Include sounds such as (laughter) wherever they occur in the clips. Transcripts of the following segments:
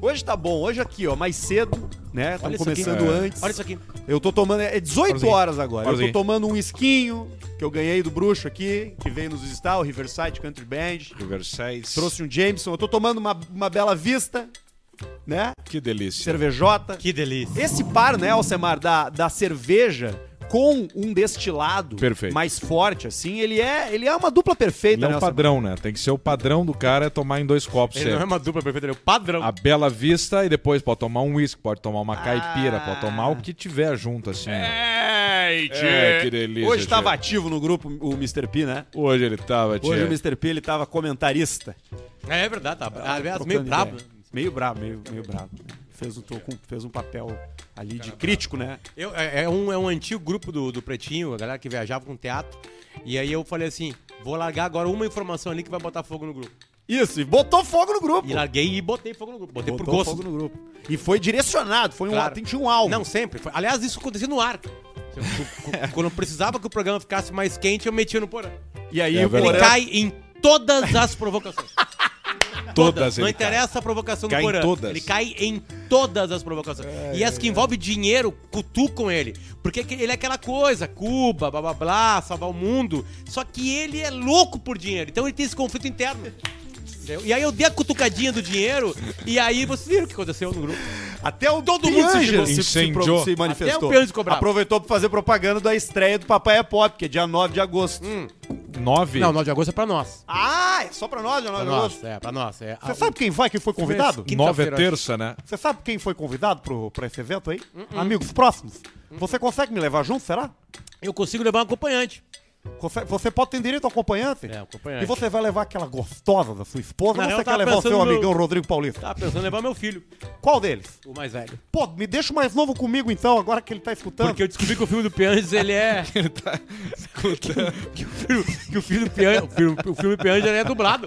Hoje tá bom, hoje aqui, ó, mais cedo, né? Estamos Olha isso aqui. começando É. antes. Olha isso aqui. Eu tô tomando. É 18 Olha horas agora. Eu Olha isso tô aqui. tomando um esquinho que eu ganhei do bruxo aqui, que veio nos visitar, o Riverside Country Band. Riverside. Trouxe um Jameson. Eu tô tomando uma, uma bela vista, né? Que delícia. Cervejota. Que delícia. Esse par, né, Alcemar, da, da cerveja com um destilado Perfeito. mais forte, assim, ele é, ele é uma dupla perfeita, Ele é né? um Alcemar? padrão, né? Tem que ser o padrão do cara é tomar em dois copos Ele não é sempre. uma dupla perfeita, ele é o padrão. A Bela Vista e depois pode tomar um uísque, pode tomar uma caipira, Ah. pode tomar o que tiver junto, assim. ó. É, É, que delícia. Hoje estava tia. ativo no grupo o Mr. P, né? Hoje ele tava, tia. Hoje o Mr. P ele tava comentarista. é verdade, tá. Aliás, Trocando meio brabo. né? ideia. Meio brabo, meio, meio brabo. né? Fez um, trocou- fez um papel ali de crítico, né? Eu, é, é um, é um antigo grupo do, do Pretinho, a galera que viajava com teatro. E aí eu falei assim: vou largar agora uma informação ali que vai botar fogo no grupo. Isso, e botou fogo no grupo. E larguei e botei fogo no grupo. Botei botou por gosto. fogo no grupo. E foi direcionado, foi Claro. um, tinha um alvo. Não, sempre. Foi- Aliás, isso acontecia no (laughs) ar. Eu- cu- cu- Quando eu precisava que o programa ficasse mais quente, eu metia no porão. E aí É o Ele verdade. Porã- cai em todas as provocações. Todas Não ele cai. interessa a provocação Cai em do Porã. todas. Ele cai em todas as provocações. É, e as que envolvem dinheiro cutucam ele. Porque que- ele é aquela coisa, Cuba, blá blá blá, salvar o mundo. Só que ele é louco por dinheiro. Então ele tem esse conflito interno. Entendeu? E aí eu dei a cutucadinha do dinheiro e aí vocês viram o que aconteceu no grupo. Até o Todo Pi mundo se Ângelo xingou. pro- Incendiou. se manifestou. Até o Pi Ângelo ficou bravo. Aproveitou pra fazer propaganda da estreia do Papai é Pop, que é dia 9 de agosto. Hum. Nove? Não, 9 de agosto é pra nós. Ah, é só pra nós, dia 9 Pra de nós, agosto. é, pra nós. É, Ah, Você sabe quem vai, quem foi convidado? Quem- Nove é quinta-feira, terça, né? Você sabe quem foi convidado pro, pra esse evento aí? Hum, Amigos próximos. Você consegue me levar junto, será? Eu consigo levar um acompanhante. Você, você pode ter direito ao acompanhante. É, acompanhante. E você vai levar aquela gostosa da sua esposa Na ou real, você quer eu tava levar o seu pensando no- amigão Rodrigo Paulista? Tava Tá pensando em levar meu filho, Qual deles? o mais velho. Pô, me deixa o mais novo comigo então, agora que ele tá escutando. Porque eu descobri que o filme do Pianges, (laughs) ele é. tá que, o filme, que o filme do Pianges, o filme, o filme do Pianges ele é dublado.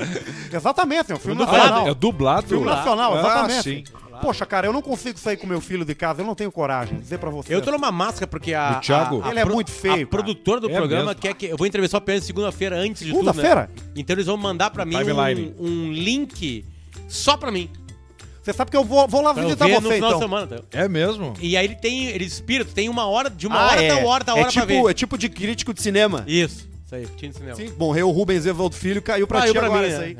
Exatamente, é um filme Filme nacional. É dublado? Filme nacional, Ah, exatamente. sim. Poxa, cara, eu não consigo sair com meu filho de casa, eu não tenho coragem. Dizer pra você. Eu tô numa máscara porque a. O Thiago? a- a Ele é muito feio, A cara. produtora do É programa mesmo. quer que. Eu vou entrevistar o Pianges segunda-feira antes de tudo. né? Segunda-feira? Então eles vão mandar pra mim Timeline. um, um link só pra mim. Você sabe que eu vou, vou lá Pra eu visitar ver no você final de então. semana. tá? É mesmo? E aí ele tem. Ele espírito, tem uma hora, de uma Ah, hora é. da hora da hora é pra tipo, ver. É tipo de crítico de cinema. Isso. Isso aí, tinha no cinema. Sim, morreu o Rubens Evaldo Filho, caiu pra Caiu ti agora né? isso aí.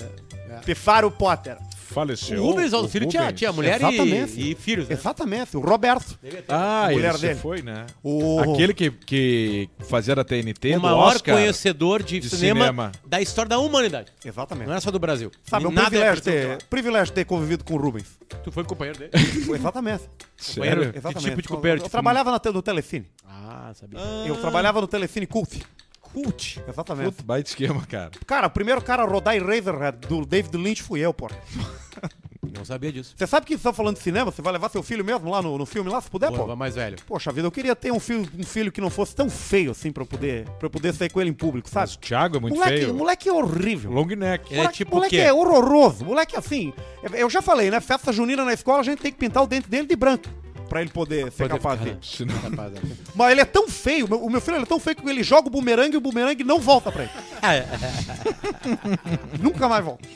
É, é. Pifar o Potter. Faleceu. O Rubens, o filho tinha, Rubens. tinha mulher Exatamente. e, e filhos, né? Exatamente, o Roberto. Devia ter. Ah, mulher mulher ele se dele. foi, né? O... Aquele que, que fazia da TNT, o do maior Oscar. conhecedor de, de cinema, cinema. da história da humanidade. Exatamente. Não era só do Brasil. Sabe, é um Nada privilégio, preto no ter, privilégio ter convivido com o Rubens. (laughs) branco. Tu foi companheiro dele? Foi Exatamente. Sério? Que Exatamente. tipo de Eu- companheiro? Eu, Tipo- trabalhava na, te- no Telecine. Ah, sabia. Eu trabalhava no Telecine Cult. Cult. Exatamente. Puta, baita esquema, cara. Cara, o primeiro cara a rodar em Razorhead do David Lynch fui eu, porra. Não sabia disso. Você sabe que estão falando de cinema? Você vai levar seu filho mesmo lá no, no filme lá, se puder, Pô, pô? mais velho. Poxa vida, eu queria ter um filho, um filho que não fosse tão feio assim pra eu poder, pra eu poder sair com ele em público, sabe? Mas o Thiago é muito moleque, feio. moleque é horrível. Long neck. Ele é tipo o moleque quê? é horroroso. Moleque assim. Eu já falei, né? Festa junina na escola, a gente tem que pintar o dente dele de branco. Pra ele poder ser capaz de. Senão- Rapaz, é. Mas ele é tão feio, meu- o meu filho ele é tão feio que ele joga o bumerangue e o bumerangue não volta (laughs) pra ele. Ah, é, Nunca mais volta.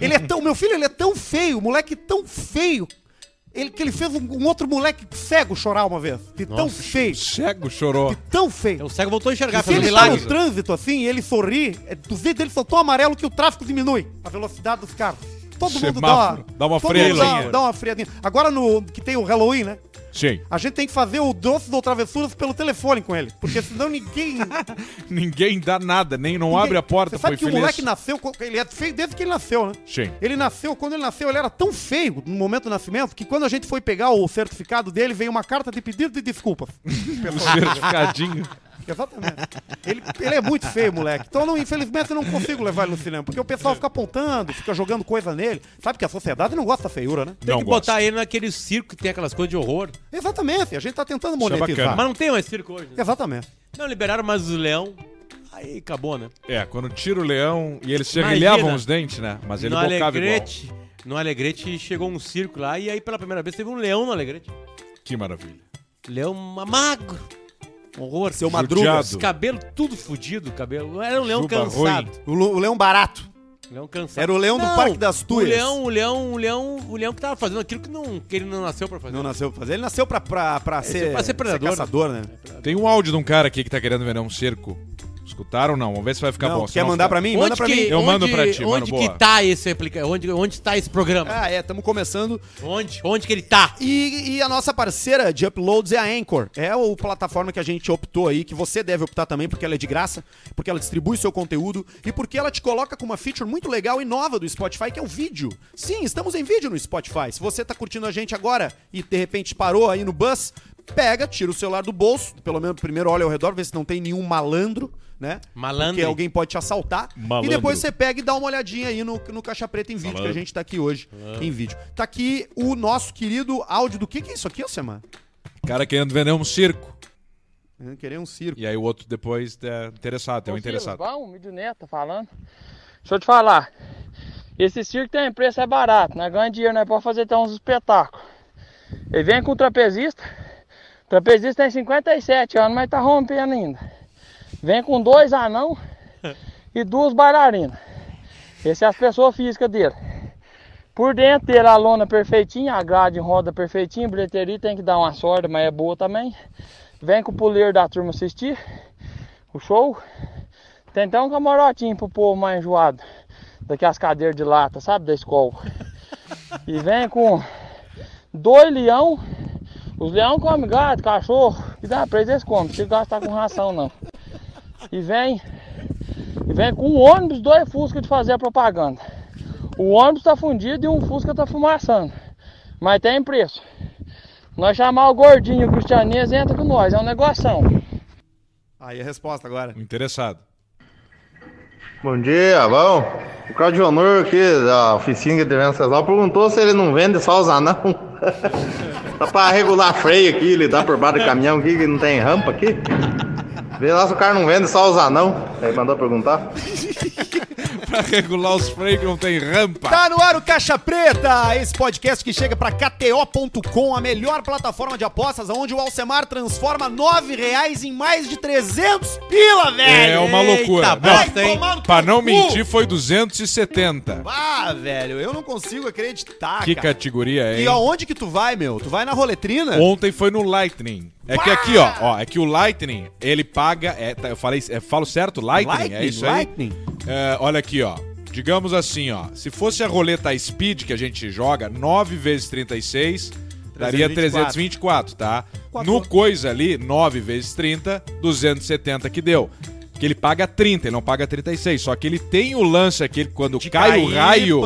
Ele é tão. Meu filho ele é tão feio, moleque tão feio. Ele, que ele fez um, um outro moleque cego chorar uma vez. De tão feio. Cego (laughs) chorou. De tão Então feio. o cego voltou a é enxergar, E se fez um ele tá no milagre. trânsito assim e ele sorri, é, os dedos dele são tão amarelo que o tráfego diminui. A velocidade dos carros. Todo mundo dá uma, Semáforo. Dá uma todo mundo dá, freadinha. dá uma freadinha. Agora no, que tem o Halloween, né? Sim. A gente tem que fazer o doce ou travessuras pelo telefone com ele. Porque senão (laughs) ninguém. Ninguém dá nada, nem não Ninguém- abre a porta. Você sabe foi que o feliz. moleque nasceu, co- ele é feio desde que ele nasceu, né? Sim. Ele nasceu, quando ele nasceu, ele era tão feio no momento do nascimento que quando a gente foi pegar o certificado dele, veio uma carta de pedido de desculpas. Um certificadinho. Exatamente. Ele, ele é muito feio, moleque. Então, não, infelizmente, eu não consigo levar ele no cinema, porque o pessoal fica apontando, fica jogando coisa nele. Sabe que a sociedade não gosta da feiura, né? Tem Não que gosto. botar ele naquele circo que tem aquelas coisas de horror. Exatamente, a gente tá tentando Isso é monetizar. bacana. Mas não tem mais circo hoje. Né? Exatamente. Não, liberaram mais o leão. Aí acabou, né? É, quando tira o leão e eles se Imagina. arrilhavam os dentes, né? Mas ele no bocava igual. Alegrete. No Alegrete chegou um circo lá e aí pela primeira vez teve um leão no Alegrete. Que maravilha. Leão ma- magro. um Horror. Seu Madruga. Os cabelo tudo fudido, cabelo. Era um leão Juba cansado. ruim. O, Lu- o leão barato. Leão cansado. Era o leão do Parque das Tuias. O leão, o leão, o leão, o leão que tava fazendo aquilo que, não, que ele não nasceu pra fazer. Não nasceu pra fazer. Ele nasceu pra, pra, pra, ser, pra ser predador, caçador, né? Tem um áudio de um cara aqui que tá querendo vender um cerco. Escutaram ou não? Vamos ver se vai ficar Não, bom. quer mandar pra mim? Manda pra mim. Eu mando pra ti, Onde mano, que boa. tá esse aplica onde, onde tá esse programa? Ah, é, estamos começando. Onde? Onde que ele tá? E, e a nossa parceira de uploads é a Anchor. É a plataforma que a gente optou aí, que você deve optar também, porque ela é de graça, porque ela distribui seu conteúdo e porque ela te coloca com uma feature muito legal e nova do Spotify, que é o vídeo. Sim, estamos em vídeo no Spotify. Se você tá curtindo a gente agora e de repente parou aí no bus, pega, tira o celular do bolso, pelo menos primeiro olha ao redor, vê se não tem nenhum malandro, né? Malandro. Porque alguém pode te assaltar. Malandro. E depois você pega e dá uma olhadinha aí no, no Caixa Preta em vídeo, que a gente tá aqui hoje Ah. em vídeo. Tá aqui o nosso querido áudio do que que é isso aqui, Alcemar? Cara querendo vender um circo. Querer um circo. E aí o outro depois é interessado, tem um interessado. Bom, Mídio Neto tá falando. Deixa eu te falar. Esse circo tem preço, é barato, né? Ganha dinheiro, né? Pode fazer até uns espetáculos. Ele vem com o trapezista. O trapezista tem 57 anos, mas tá rompendo ainda. Vem com dois anão (laughs) e duas bailarinas. Esse é as pessoas físicas dele. Por dentro dele a lona perfeitinha, a grade roda perfeitinha, bilheteria tem que dar uma sorda, mas é boa também. Vem com o puleiro da turma assistir o show. Tem até um camarotinho pro povo mais enjoado. Daquelas cadeiras de lata, sabe? Da escola. E vem com dois leão. Os leão comem gato, cachorro. E dá pra eles, eles comem. Se gastar tá com ração, não. E vem. E vem com um ônibus, dois Fusca de fazer a propaganda. O ônibus tá fundido e um Fusca tá fumaçando. Mas tem preço. Nós chamar o gordinho o cristianês entra com nós. É um negoção. Aí a resposta agora. Um interessado. (laughs) Bom dia, bom. O Claudio Honor aqui da oficina de intervenção social perguntou se ele não vende só os anão. (laughs) Dá pra regular freio aqui, ele dá por baixo do caminhão aqui que não tem rampa aqui. Vê lá se o cara não vende só os anão. Aí mandou perguntar. pra regular os freios que não tem rampa. Tá no ar o Caixa Preta, esse podcast que chega pra KTO.com, a melhor plataforma de apostas, onde o Alcemar transforma R$ 9 reais em mais de 300 pila, velho! É uma loucura. vai Não, tomar no pra teu não cu. mentir, foi 270. Ah, velho, eu não consigo acreditar, Que cara. categoria é? E hein? aonde que tu vai, meu? Tu vai na roletrina? Ontem foi no Lightning. É que aqui, ó, ó, é que o Lightning, ele paga. é, tá, eu falei, é, falo certo? Lightning, é isso aí? Lightning. É, olha aqui, ó. Digamos assim, ó. Se fosse a roleta Speed que a gente joga, 9 vezes 36 daria 324, tá? No coisa ali, 9 vezes 30, 270 que deu. Que ele paga 30, ele não paga 36. Só que ele tem o lance aqui, ele- quando cai o caíba. raio.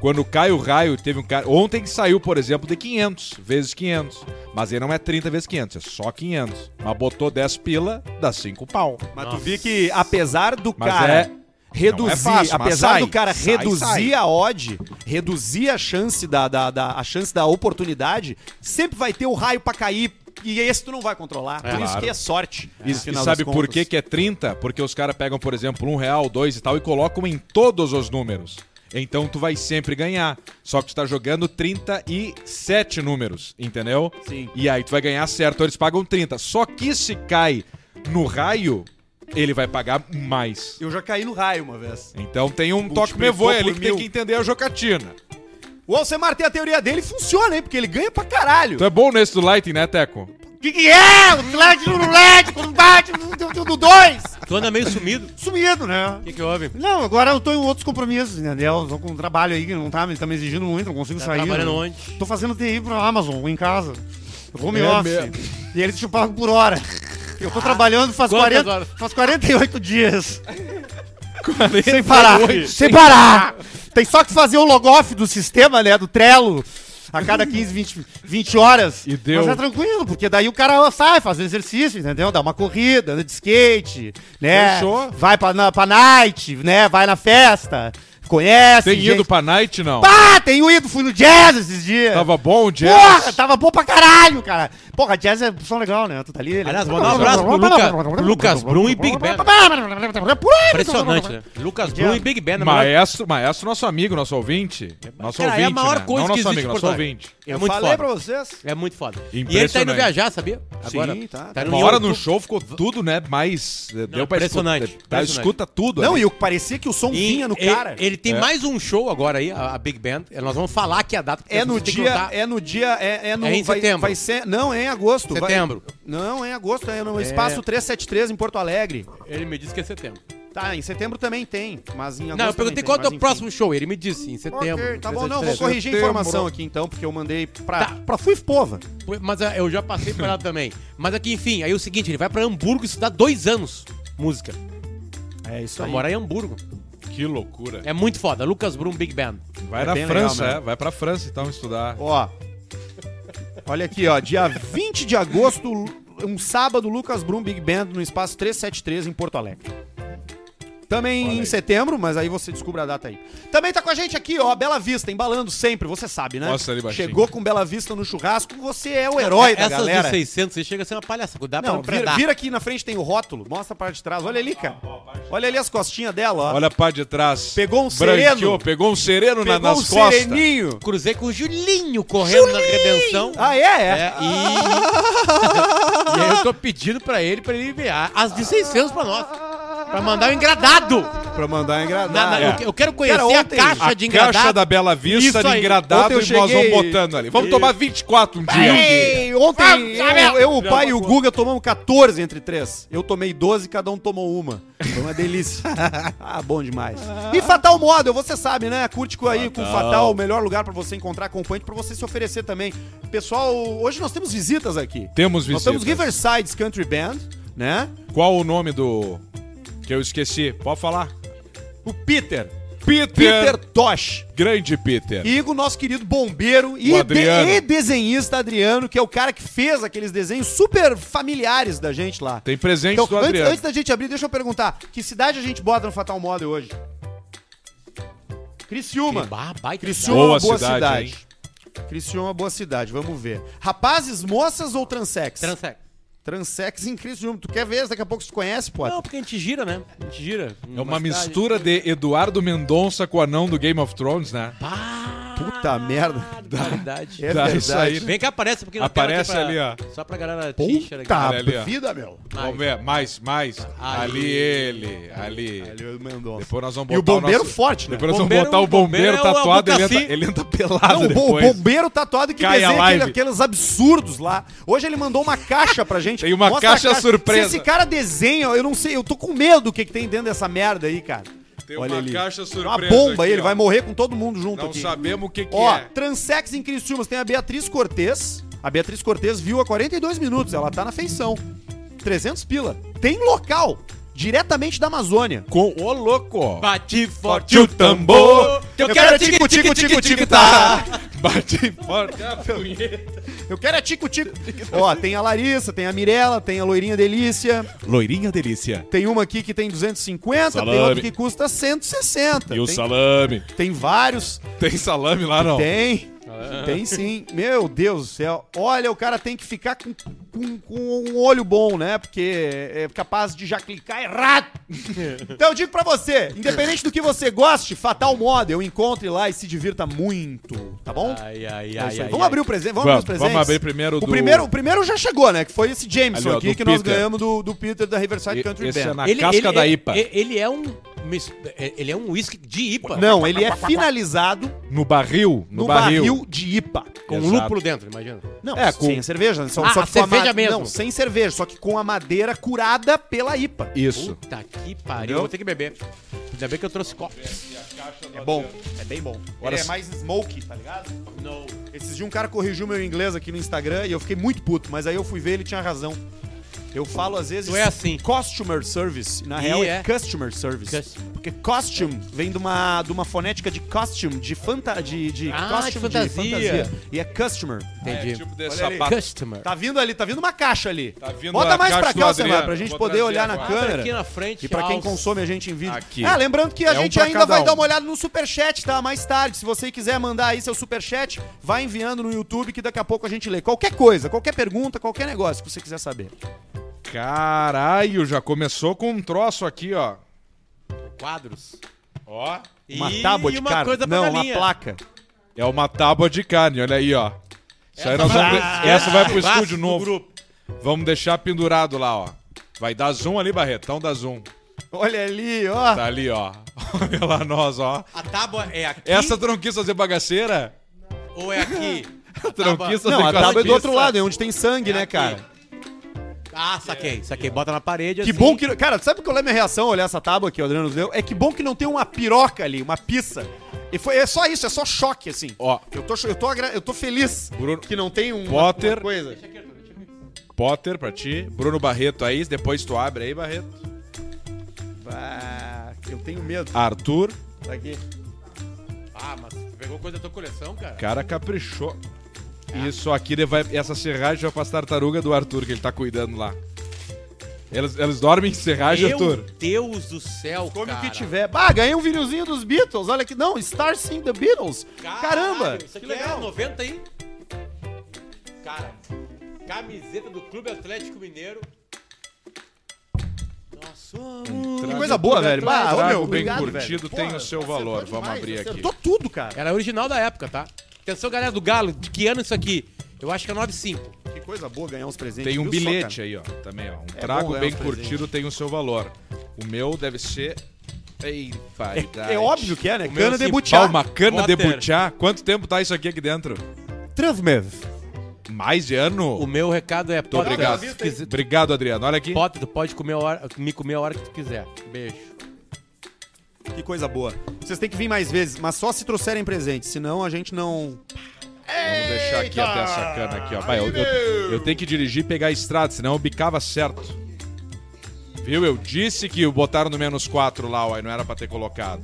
Quando cai o raio, teve um cara. Ontem que saiu, por exemplo, de 500 vezes 500. Mas aí não é 30 vezes 500, é só 500. Mas botou 10 pila, dá 5 pau. Mas tu vi que, apesar do Mas cara é- reduzir, não é fácil, mas apesar sai, do cara sai, reduzir sai. a odd, reduzir a chance da, da, da- a chance da oportunidade, sempre vai ter o raio pra cair e esse tu não vai controlar. Por isso claro. que é sorte. E, no e final sabe das por contas. que, que é 30? Porque os caras pegam, por exemplo, um real, dois e tal, e colocam em todos os números. Então tu vai sempre ganhar. Só que tu tá jogando 37 números, entendeu? Sim. E aí tu vai ganhar certo, eles pagam 30. Só que se cai no raio, ele vai pagar mais. Eu já caí no raio uma vez. Então tem um toque Multiplicou mevoi ali por que mil. tem que entender a jocatina. O Alcemar tem a teoria dele e funciona, hein? Porque ele ganha pra caralho. Tu é bom nesse do Lightning, né, Teco? que, que é? O Atlético no LED, um combate do 2. Tu anda meio sumido. O Sumido, né? que, que houve? Tá Não, agora eu tô em outros compromissos, entendeu? Tô com um trabalho aí que não tá, me- tá me exigindo muito, não consigo Tá sair. trabalhando né? onde? Tô fazendo TI pra Amazon, em casa. Home É office. mesmo. E eles te pagam por hora. Eu Ah, tô trabalhando faz, Quantas 40, horas? faz 48 dias. Sem parar. Sem parar. Tem só que fazer o logoff do sistema, né? Do Trello. A cada 15, 20, 20 horas. E deu. Mas é tranquilo, porque daí o cara sai, faz um exercício, entendeu? Dá uma corrida, anda de skate, né? Fechou. Vai pra, na, pra night, né? Vai na festa, conhece. Tem gente. ido pra Night, não? Pá, tenho ido, fui no jazz esses dias. Tava bom o jazz? Porra, tava bom pra caralho, cara. Porra, jazz é som legal, né? Tu tá ali. Aliás, mandar um abraço pro Luca- pro Lucas Brum e Big Ben. Impressionante, né? Lucas Blum e Big Ben. na maior- Maestro, maestro, nosso amigo, nosso ouvinte. Nosso É Cara, ouvinte. é a maior né? coisa Não que nosso existe amigo, em nosso Porto Alegre. ouvinte. É Eu muito falei foda. pra vocês. É muito foda. E ele tá indo Impressionante. viajar, sabia? Agora. tá. Tá indo Uma em hora outubro. no show ficou tudo, né? Mais. eh, Deu pra impressionante, escutar. Tá, impressionante. escuta tudo. Não, né? e o que parecia que o som E vinha no ele- cara. Ele, É. tem mais um show agora aí, a, a Big Band. É, Nós vamos falar aqui a data. porque É vocês no têm que dia, notar. é no dia, é, no... É em vai- setembro. Vai ser, não, é em agosto. vai- Setembro. não, é em agosto, é no Espaço 373 em Porto Alegre. Ele me disse que é setembro. Tá, em setembro também tem, mas em agosto não, eu perguntei também tem, qual é o mas teu enfim. próximo show. Ele me disse, em setembro. Ok, tá bom, não, vou 17, corrigir a Setembro. informação aqui então, porque eu mandei pra, Tá. pra Fui Pova. Pô, Mas ah, eu já passei por lá também. Mas aqui, enfim, aí é o seguinte, ele vai pra Hamburgo estudar dois anos música. É isso Pra morar em Hamburgo. Que loucura. É muito foda. Lucas Brum, Big Band. Vai É na bem França, legal é. Vai pra França então estudar. Ó. Olha aqui, ó. Dia 20 de agosto, um sábado, Lucas Brum Big Band no espaço 373 em Porto Alegre. Também em setembro, mas aí você descobre a data aí. Também tá com a gente aqui, ó, Bela Vista, embalando sempre, você sabe, né? Mostra ali baixinho. Chegou com Bela Vista no churrasco, você é o herói da Essas galera. de 600, você chega a ser uma palhaça. Dá pra tá Não, vira, predar. vira aqui na frente tem o rótulo, mostra a parte de trás. Olha ali, cara. Olha ali as costinhas dela, ó. Olha a parte de trás. Ah. Pegou um Branqueou, sereno. Pegou um sereno na- Pegou nas um costas. sereninho. Cruzei com o Julinho correndo na redenção. Ah, é? É. É, e... (laughs) e aí eu tô pedindo pra ele, pra ele enviar as de 600 pra nós. Pra mandar o engradado. Pra mandar engradar. Na- na- Ah, eu, que- eu quero conhecer Cara, a ontem- caixa é. A de engradado. caixa da Bela Vista, Isso de aí. engradado, Ontem e eu nós vamos cheguei- botando ali. Vamos tomar 24 um dia. Ei, ontem Vamos, eu, eu, o pai e o Guga tomamos 14 entre três. Eu tomei 12, cada um tomou uma. Foi uma delícia. ah, bom demais. E Fatal Model, você sabe, né? Curte com aí com Fatal, o melhor lugar pra você encontrar acompanhante, pra você se oferecer também. Pessoal, hoje nós temos visitas aqui. Temos Nós visitas. temos Riversides Country Band, né? Qual o nome do... Que eu esqueci. Pode falar. O Peter, Peter. Peter Tosh. Grande Peter. E o nosso querido bombeiro e, Adriano. de- e desenhista Adriano, que é o cara que fez aqueles desenhos super familiares da gente lá. Tem presente Então, do antes, Adriano. antes da gente abrir, deixa eu perguntar: que cidade a gente bota no Fatal Model hoje? Criciúma. Bah, baita Criciúma é Boa uma boa cidade, cidade. Criciúma é uma boa cidade, vamos ver. Rapazes, moças ou transex? Transex. transex em Criciúma. Tu quer ver? Daqui a pouco tu conhece, pô. Não, porque a gente gira, né? A gente gira. É uma cidade. mistura né? de Eduardo Mendonça com o anão do Game of Thrones, né? Pá, Puta merda. Verdade. É Dá verdade. isso aí, né? Vem cá, aparece porque na Aparece tela aqui ali, Só pra galera teacher aqui. Puta Olha ali, ó. vida, meu. Vamos ver, mais, mais. Ali, ele, ali. Ali o Mendonça. Depois nós vamos botar E o bombeiro nosso- forte, né? Depois nós Bombeiro- vamos botar o bombeiro, bombeiro é o tatuado, ele Abacaxi. entra, ele entra pelado Não, o bo- depois. bombeiro tatuado que Cai a desenha aquele- live. aqueles absurdos lá. Hoje ele mandou uma caixa pra gente. Tem uma caixa surpresa. Se esse cara desenha, eu não sei, eu tô com medo do que, que tem dentro dessa merda aí, cara. Tem uma caixa Uma surpresa bomba aí, aqui, ele ó. vai morrer com todo mundo junto Não aqui. sabemos o que, que Ó, é. transex em Criciúma, tem a Beatriz Cortez. A Beatriz Cortez viu há 42 minutos, ela tá na feição. 300 pila. Tem local, diretamente da Amazônia. Com o louco. Bati forte Bate o tambor. que eu quero tico, tico, tico, tico, tá. Bate forte a punheta. Eu quero é tico-tico. Ó, tem a Larissa, tem a Mirella, tem a Loirinha Delícia. Loirinha delícia. Tem uma aqui que tem 250, Salame. tem outra que custa 160. E o tem, salame. tem vários. Tem salame lá, não? Tem. Ah. Tem sim. Meu Deus do céu. Olha, o cara tem que ficar com, com, com um olho bom, né? Porque é capaz de já clicar errado. então eu digo pra você, independente do que você goste, Fatal Model, encontre lá e se divirta muito, tá bom? Ai, ai, É ai, isso aí. ai, vamos ai. abrir o presente, vamos, abrir Vamos, os presentes. vamos abrir primeiro o do- primeiro. O primeiro já chegou, né? Que foi esse Jameson Ali, ó, aqui do que nós Peter. ganhamos do, do Peter da Riverside E- Country esse Band. é na casca da IPA. Ele, ele é um. mis- Ele é um whisky de IPA. Não, ele é finalizado No barril. No, no, barril. barril. de IPA. Com Exato. lúpulo dentro, imagina. Não, É, sem com- cerveja. Só, Ah, só a que com cerveja ma- mesmo. Não, sem cerveja, só que com a madeira curada pela IPA. Isso. Puta que pariu. Eu Vou ter que beber. Ainda bem que eu trouxe copo. É bom, é bem bom. Agora ele é sim. mais smoky, tá ligado? Não. Esses dias um cara corrigiu meu inglês aqui no Instagram e eu fiquei muito puto, mas aí eu fui ver ele tinha razão. Eu falo às vezes Tu é assim. customer service, na E real é, é. customer service. Custom. Porque costume vem de uma, de uma fonética de costume, de, fanta, de, de, Ah, costume, de fantasia. E é customer. Entendi. É tipo de Olha ali. sapato. Customer. Tá vindo ali, tá vindo uma caixa ali. Tá vindo Bota a mais caixa pra do cá, Alcemar, Adriano. pra gente Vou poder trazer olhar na agora. câmera. Aqui na frente. E pra quem aos- consome a gente em vídeo. Aqui. Ah, lembrando que a É um gente pra ainda cada vai um. dar uma olhada no superchat, tá? Mais tarde. Se você quiser mandar aí seu superchat, vai enviando no YouTube que daqui a pouco a gente lê. Qualquer coisa, qualquer pergunta, qualquer negócio que você quiser saber. Caralho, já começou com um troço aqui, ó. Quadros. Ó. Uma E tábua de uma carne. coisa pra Não, galinha. uma placa. É uma tábua de carne, olha aí, ó. Isso aí nós vamos de- vai- Essa vai pro Braço estúdio do novo. Vamos deixar pendurado lá, ó. Vai dar zoom ali, Barretão, dá zoom. Olha ali, ó. Tá ali, ó. (laughs) Olha lá nós, ó. A tábua é aqui Essa tu não quis fazer bagaceira? ou é aqui? Tu não tábua- quis fazer Não, (laughs) a tábua é do castiça? outro lado, é onde tem sangue, né, aqui. cara? Ah, saquei, saquei. Bota na parede É. É Que assim. bom que. Cara, sabe qual é a minha reação ao olhar essa tábua que o Adriano nos deu? É que bom que não tem uma piroca ali, uma pizza. E foi, é só isso, é só choque, assim. Ó, Eu tô, cho- eu tô, agra- eu tô feliz Bruno- que não tem um. Potter. coisa. Potter pra ti. Bruno Barreto aí, depois tu abre aí, Barreto. Ah, eu tenho medo. Arthur, Tá aqui. Ah, mas tu pegou coisa da tua coleção, cara. cara caprichou. Isso aqui ele vai, essa serragem vai pra tartaruga do Arthur, que ele tá cuidando lá. Elas, elas dormem em serragem, Meu Arthur? Deus do céu, Come cara. o que tiver. Bah, ganhei um vinilzinho dos Beatles. Olha aqui. Não, Star Sim The Beatles. Caramba! Isso aqui legal. é 90 aí. Cara, camiseta do Clube Atlético Mineiro. Nossa, Que coisa boa, velho. Bah, ô, Trago meu, bem obrigado, curtido velho. tem o seu valor. Vamos abrir aqui. Acertou tudo, cara. Era original da época, tá? Atenção, galera do Galo, de que ano isso aqui? Eu acho que é 95. Que coisa boa ganhar uns presentes. Tem um viu só, bilhete cara? aí, ó, também, ó. Um É bom trago ganhar bem uns presentes. curtido tem o seu valor. O meu deve ser. Ei, É, é óbvio que é, né? Cana de debutar. butiá. Uma cana de Potter. butiá. Quanto tempo tá isso aqui aqui dentro? Transmev. Mais de ano? O meu recado é Muito obrigado. Obrigado, Adriano. Olha aqui. Potter, tu pode comer a hora, me comer a hora que tu quiser. Beijo. Que coisa boa. Vocês têm que vir mais vezes, mas só se trouxerem presente, senão a gente não. Vamos deixar aqui até essa cana aqui, ó. Vai, eu, eu- eu tenho que dirigir e pegar a estrada, senão eu bicava certo. Viu? Eu disse que botaram no menos 4 lá, ó, e não era pra ter colocado.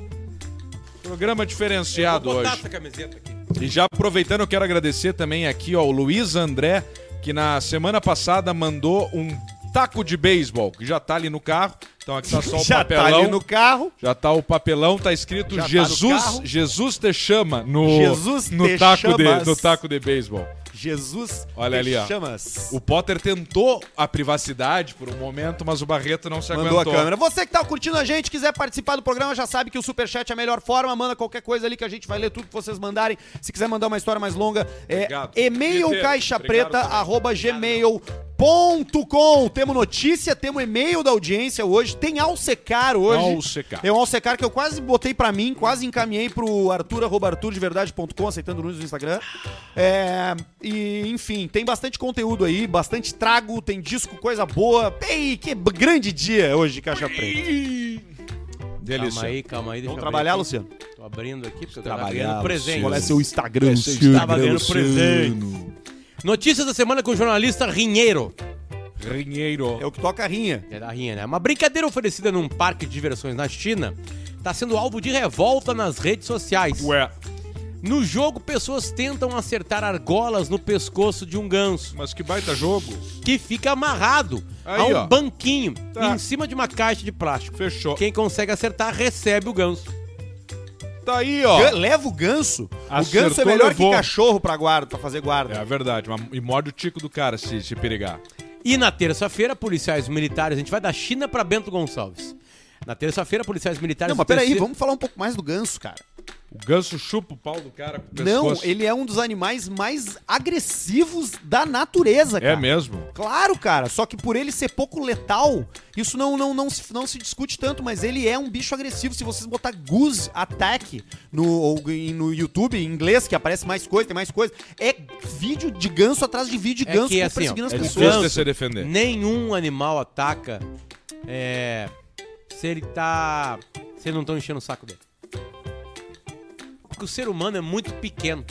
Programa diferenciado hoje. essa camiseta aqui. E já aproveitando, eu quero agradecer também aqui ó, o Luiz André, que na semana passada mandou um taco de beisebol, que já tá ali no carro. Então aqui tá só (laughs) o Já tá papelão. ali no carro. Já tá o papelão, tá escrito Já tá Jesus, no carro. Jesus te chama no Jesus no te taco de chamas. no taco de beisebol. Jesus Olha te ali, ó. chamas. O Potter tentou a privacidade por um momento, mas o Barreto não se Mandou a aguentou. câmera. Você que tá curtindo a gente, quiser participar do programa, já sabe que o Superchat é a melhor forma. Manda qualquer coisa ali que a gente vai ler tudo que vocês mandarem. Se quiser mandar uma história mais longa, é Obrigado. e-mail Peter, caixapreta, obrigado também. arroba gmail.com. Temos notícia, temos e-mail da audiência hoje. Tem Alcecar hoje. Alcecar. É um Alcecar que eu quase botei pra mim, quase encaminhei pro Arthur, arroba arturdeverdade.com, aceitando Nunes no Instagram. É, e, enfim, tem bastante conteúdo aí, bastante trago, tem disco, coisa boa. Ei, que b- grande dia hoje de Caixa Preta. Delícia. Calma aí, calma aí. Deixa Vamos eu trabalhar, abrir aqui. Luciano? Tô abrindo aqui porque eu tava Trabalhar, ganhando presente. Qual é seu Instagram, Eu tava ganhando presente. Notícias da semana com o jornalista Rinheiro. Rinheiro. É o que toca a rinha. É da Rinha, né? Uma brincadeira oferecida num parque de diversões na China está sendo alvo de revolta nas redes sociais. Ué, No jogo, pessoas tentam acertar argolas no pescoço de um ganso, mas que baita jogo. que fica amarrado Aí, a um ó. banquinho Tá. em cima de uma caixa de plástico. Fechou. Quem consegue acertar recebe o ganso. Tá aí, ó. Gan- Leva o ganso. Acertou, o ganso é melhor levou. que cachorro pra guarda, pra fazer guarda. É a verdade, mas- e morde o tico do cara se, se perigar. E na terça-feira, policiais militares. A gente vai da China para Bento Gonçalves. Na terça-feira, policiais militares. Não, do mas peraí, terceiro- vamos falar um pouco mais do ganso, cara. O ganso chupa o pau do cara com o Não, pescoço. ele é um dos animais mais agressivos da natureza, cara. É mesmo? Claro, cara, só que por ele ser pouco letal, isso não, não, não, se, não se discute tanto, mas ele é um bicho agressivo. Se vocês botar Goose Attack no, ou em- no YouTube, em inglês, que aparece mais coisa, tem mais coisa, é vídeo de ganso atrás de vídeo de É ganso que, que assim, perseguindo ó, as É pessoas. difícil de se defender. Nenhum animal ataca é, se ele tá. Se ele não estão enchendo o saco dele. Porque o ser humano é muito pequeno.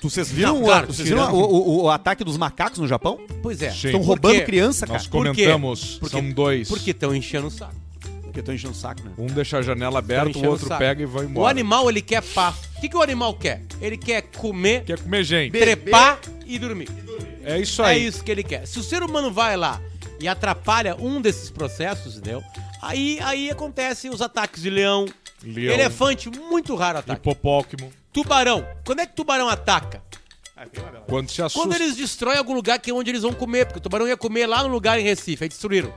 Tu- Vocês viram, Não, o- claro, vocês viram tirando. o, o- o ataque dos macacos no Japão? Pois é. Sim. Estão Por roubando quê? criança, cara. Nós Por quê? comentamos, Porque- são dois. Porque estão enchendo o saco. Porque estão enchendo o saco, né? Um deixa a janela Tão aberta, o enchendo outro saco. pega e vai embora. O animal, ele quer paz. O que, que o animal quer? Ele quer comer, Quer comer gente. trepar e dormir. É isso É aí. isso que ele quer. Se o ser humano vai lá e atrapalha um desses processos, entendeu? Aí, aí acontecem os ataques de leão, Leão. elefante, muito raro ataque. Hipopóquimo. Tubarão. Quando é que tubarão ataca? Quando se assusta. Quando eles destroem algum lugar que é onde eles vão comer, porque o tubarão ia comer lá no lugar em Recife, aí destruíram.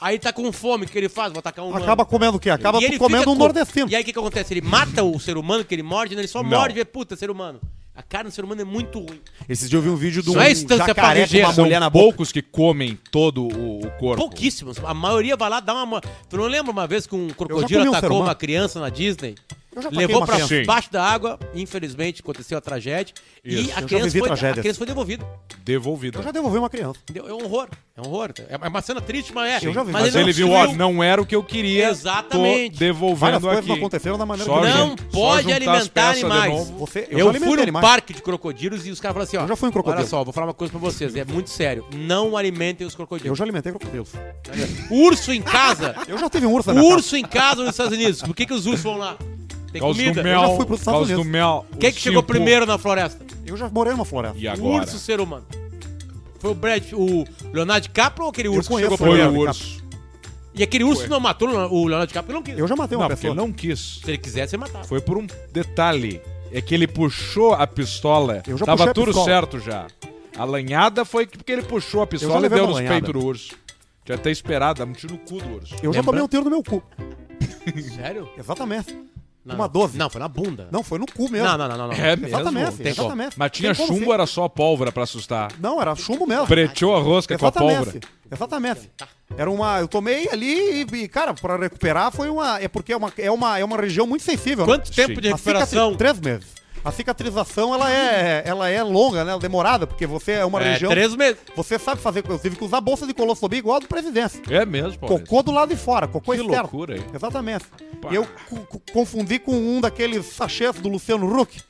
Aí tá com fome, o que ele faz? Vou atacar um humano. Acaba comendo o quê? Acaba E ele comendo fica um com- nordestino. E aí o que, que acontece? Ele mata o ser humano que ele morde, né? ele só Não. morde, vê, puta, ser humano. A carne do ser humano é muito ruim. Esses dias eu vi um vídeo de Isso um é instância jacaré com pra uma vigia. mulher na boca. Poucos que comem todo o, o corpo. Pouquíssimos. A maioria vai lá dar uma. mo- Tu não lembra uma vez que um comi crocodilo um ser atacou humano. uma criança na Disney? Eu já ataquei Levou uma pra criança. baixo da água, infelizmente aconteceu a tragédia. Isso. E a já criança, vivi foi, a tragédias. criança foi devolvida. Eu Devolvida. Então já tá. devolvi uma criança. Entendeu? É um horror. É um horror. É é uma cena triste, mas é. Eu já vi. Mas, não ele viu, ó, destruiu. não era o que eu queria. Exatamente. Tô devolvendo Várias coisas aqui. não aconteceram da maneira Só que Não gente, só pode juntar as alimentar peças de animais. novo. Você- eu eu já fui alimentei num animais. parque de crocodilos e os caras falaram assim, ó. Eu já fui um crocodilo. Olha só, vou falar uma coisa pra vocês, é muito sério. Não alimentem os Eu crocodilos. já alimentei crocodilos. Urso em casa. Eu já tive um (laughs) urso na minha urso em casa nos Estados Unidos. Por que, que os ursos vão lá? Tem Causa do comida. mel. já fui pros Estados causa do Unidos. mel. Quem que ursinho chegou pô. primeiro na floresta? casa. Eu já morei numa floresta. E O Tipo, agora? urso ser humano. Foi o Brad, o Leonardo DiCaprio ou aquele urso que conheço chegou o Foi primeiro? o urso. E aquele urso não matou o Leonardo DiCaprio, ele não quis. Eu já matei uma Não, porque pessoa. ele não quis. Se ele quisesse, ele matava. Foi por um detalhe. É que ele puxou a pistola. Eu já puxei Tava a tudo pistola. certo já. A lanhada foi que- porque ele puxou a pistola e levei deu uma nos lanhada. peitos do urso. Tinha até esperado, dá um tiro no cu do urso. Eu já Lembra? tomei um tiro no meu cu. Sério? Exatamente. Não. Uma dove. Não, foi na bunda. Não, foi no cu mesmo. não, não, não. não, não. É mesmo? Exatamente, Tem como. exatamente. Mas tinha Tem como chumbo, sim. era só pólvora pra assustar. Não, era chumbo mesmo. Preteou a rosca com a pólvora. Exatamente. Exatamente. Era uma. Eu tomei ali e, e, cara, pra recuperar foi uma. É porque é uma, é uma, é uma região muito sensível. né? Quanto tempo Sim. de A cicatri- recuperação? Três meses. A cicatrização, ela é, ela é longa, né? Demorada, porque você é uma É, região. três meses. Você sabe fazer. Eu tive que usar bolsa de colostomia igual a do presidente. É mesmo, Paulista. Cocô do lado de fora, cocô Que externo. loucura, hein? Exatamente. Pá. E Eu co- co- confundi com um daqueles sachês do Luciano Huck,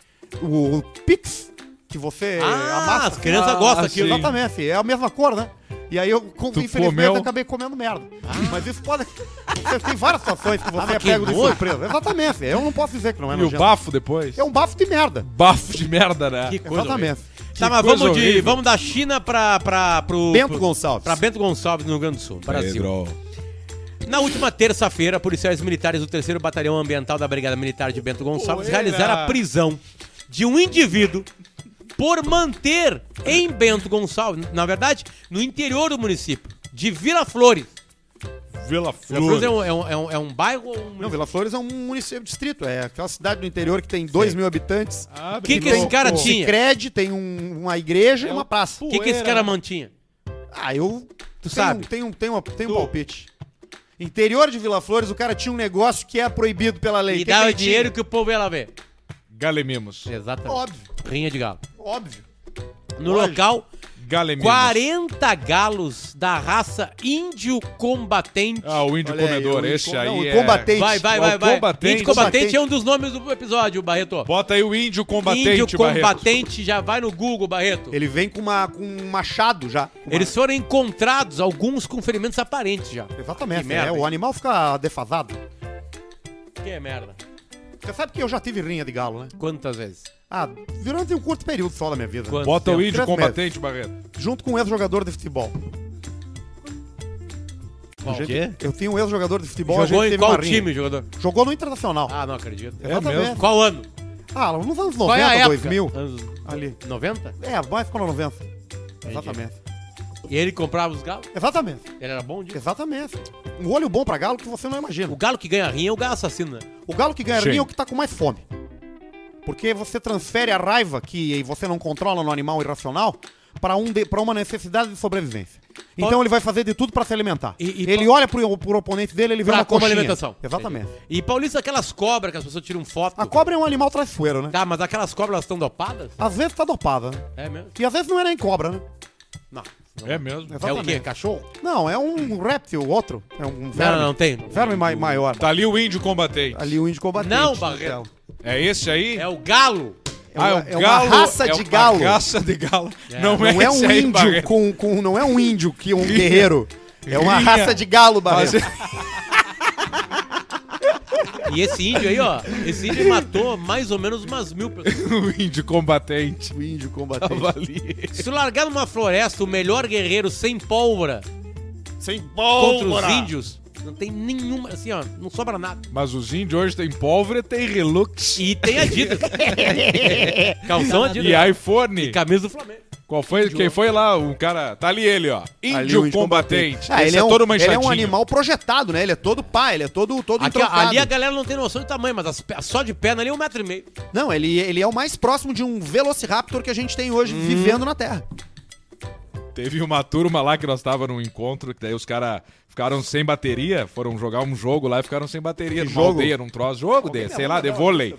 o, o Pix, que você Ah, amassa. as crianças Ah, gostam daquilo. sim. Exatamente, é a mesma cor, né? E aí eu, com- Tu infelizmente, comeu? eu acabei comendo merda. Mas isso pode. Você tem várias situações que você é que pego de nojo. surpresa. Exatamente, eu não posso dizer que não é E o nojento. bafo depois? É um bafo de merda. Bafo de merda, né? Que coisa. Exatamente. Tá, mas coisa vamos, de, horrível. vamos da China pra, pra, pro, Bento pro- Gonçalves. pra Bento Gonçalves, no Rio Grande do Sul, Brasil. Pedro. Na última terça-feira, policiais militares do 3 Batalhão Ambiental da Brigada Militar de Bento Gonçalves Poeira. realizaram a prisão de um indivíduo por manter em Bento Gonçalves, na verdade, no interior do município, de Vila Flores. Vila Vila Flores é Flores. um, é um, é um, é um bairro ou um Não, Vila Flores é um município distrito, é aquela cidade do interior que tem 2 mil habitantes. O que que esse cara tinha? É Cicred, tem um- uma igreja e uma praça. O que, que esse cara mantinha? Ah, eu. Tu tenho- sabe. Tenho, um- tenho, uma- tenho um palpite. Interior de Vila Flores, o cara tinha um negócio que é proibido pela lei. E O que que dava ele dinheiro que o povo ia lá ver. Galemimos. tinha? Exatamente. Óbvio, Rinha de galo. óbvio. No local, Galemimos. 40 galos da raça índio combatente. Ah, o índio Olha aí, comedor, o índio esse com- aí não, o é... combatente. Vai, vai, É vai, o vai. combatente. Índio combatente Combatente. é um dos nomes do episódio, Barreto. Bota aí o índio combatente, Índio Barreto. combatente, já vai no Google, Barreto. Ele vem com, uma, com um machado já. com uma- Eles foram encontrados, alguns com ferimentos aparentes já. Exatamente, Que né? merda, o hein? animal fica defasado. Que merda. Você sabe que eu já tive rinha de galo, né? Quantas vezes? Ah, durante um curto período só da minha vida. Quanto? Bota o Tempo. índio Três combatente, Barreto. Junto com um ex-jogador de futebol. Qual? Gente, Eu tinha um ex-jogador de futebol. a Jogou gente É em teve qual uma rinha. time, jogador? Jogou no Internacional. Ah, não acredito. Exatamente. mesmo? Qual ano? Ah, nos anos 90, Qual é a época? 2000. Anos Ali. 90? É, vai ficou nos 90. Exatamente. E ele comprava os galos? Exatamente. Ele era bom de... Exatamente. Um olho bom pra galo que você não imagina. O galo que ganha rinha é o galo assassino, né? O galo que ganha Sim. rinha é o que tá com mais fome. Porque você transfere a raiva que você não controla no animal irracional pra um de- pra uma necessidade de sobrevivência. Então ele vai fazer de tudo pra se alimentar. E- e ele pa- olha pro, pro oponente dele, ele vê Pra uma como coxinha. alimentação. Exatamente. Entendi. E Paulista, aquelas cobras que as pessoas tiram foto. A cobra é um animal traiçoeiro, né? Tá, mas aquelas cobras elas estão dopadas? Às vezes tá dopada. né? É mesmo? E às vezes não é nem cobra, né? Não. É mesmo. É o Exatamente. quê? Cachorro? Não, é um réptil, outro. É um Não, verme. não, não tem. Verme mai- maior. Tá ali o índio combatente. Ali o índio combatente. Não, Barreto. É esse aí? Ah, É o galo. É uma, é uma raça de galo. É uma raça de galo. Não, é, Não é um esse aí, índio Barreto. com, com. Não é um índio que é um guerreiro. É uma Grinha. raça de galo, Mas- Barreto. E esse índio aí, ó. Esse índio matou mais ou menos umas mil pessoas. (laughs) o índio combatente. O índio combatente. Tava ali. Se tu largar numa floresta o melhor guerreiro sem pólvora Sem contra os índios, não tem nenhuma. Assim, ó, não sobra nada. Mas os índios hoje tem pólvora, tem relux E tem Adidas. (laughs) Calção Adidas. e iPhone. é. Camisa do Flamengo. Qual foi? Quem foi lá? O cara. Tá ali ele, ó. Índio, Ali o índio combatente. Ah, Esse ele é, um, todo ele é um manchadinho. animal projetado, né? Ele é todo pá, ele é todo, todo Aqui, ó, entroncado. ali é- a galera não tem noção do tamanho, mas as pe- só de perna ali é um metro e meio. Não, ele, ele é o mais próximo de um Velociraptor que a gente tem hoje vivendo na Terra. Teve uma turma lá que nós tava num encontro, que daí os caras ficaram sem bateria, foram jogar um jogo lá e ficaram sem bateria. Numa aldeia, num troço, jogo desse, sei lá, de vôlei.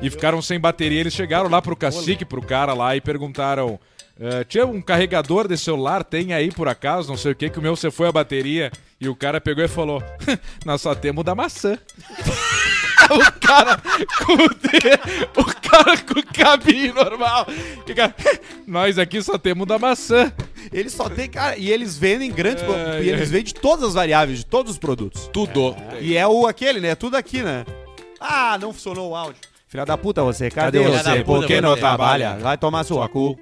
E ficaram sem bateria, eles chegaram lá pro cacique, pro cara lá e perguntaram... "Ah, tinha um carregador de celular, tem aí por acaso, não sei o que, que o meu você foi a bateria. E o cara pegou e falou: (laughs) Nós só temos da maçã. (laughs) o cara com o, de- o cara com o cabinho normal. E o cara, Nós aqui só temos da maçã. Ele só tem, cara, e eles vendem grandes, pro- Ai, e eles ai. vendem de todas as variáveis, de todos os produtos. Tudo. E é o aquele, né? É tudo aqui, né? Ah, não funcionou o áudio. Filha da puta você, cadê, Cadê você? você? Por que Puta, não você. trabalha? Vai tomar sua cu.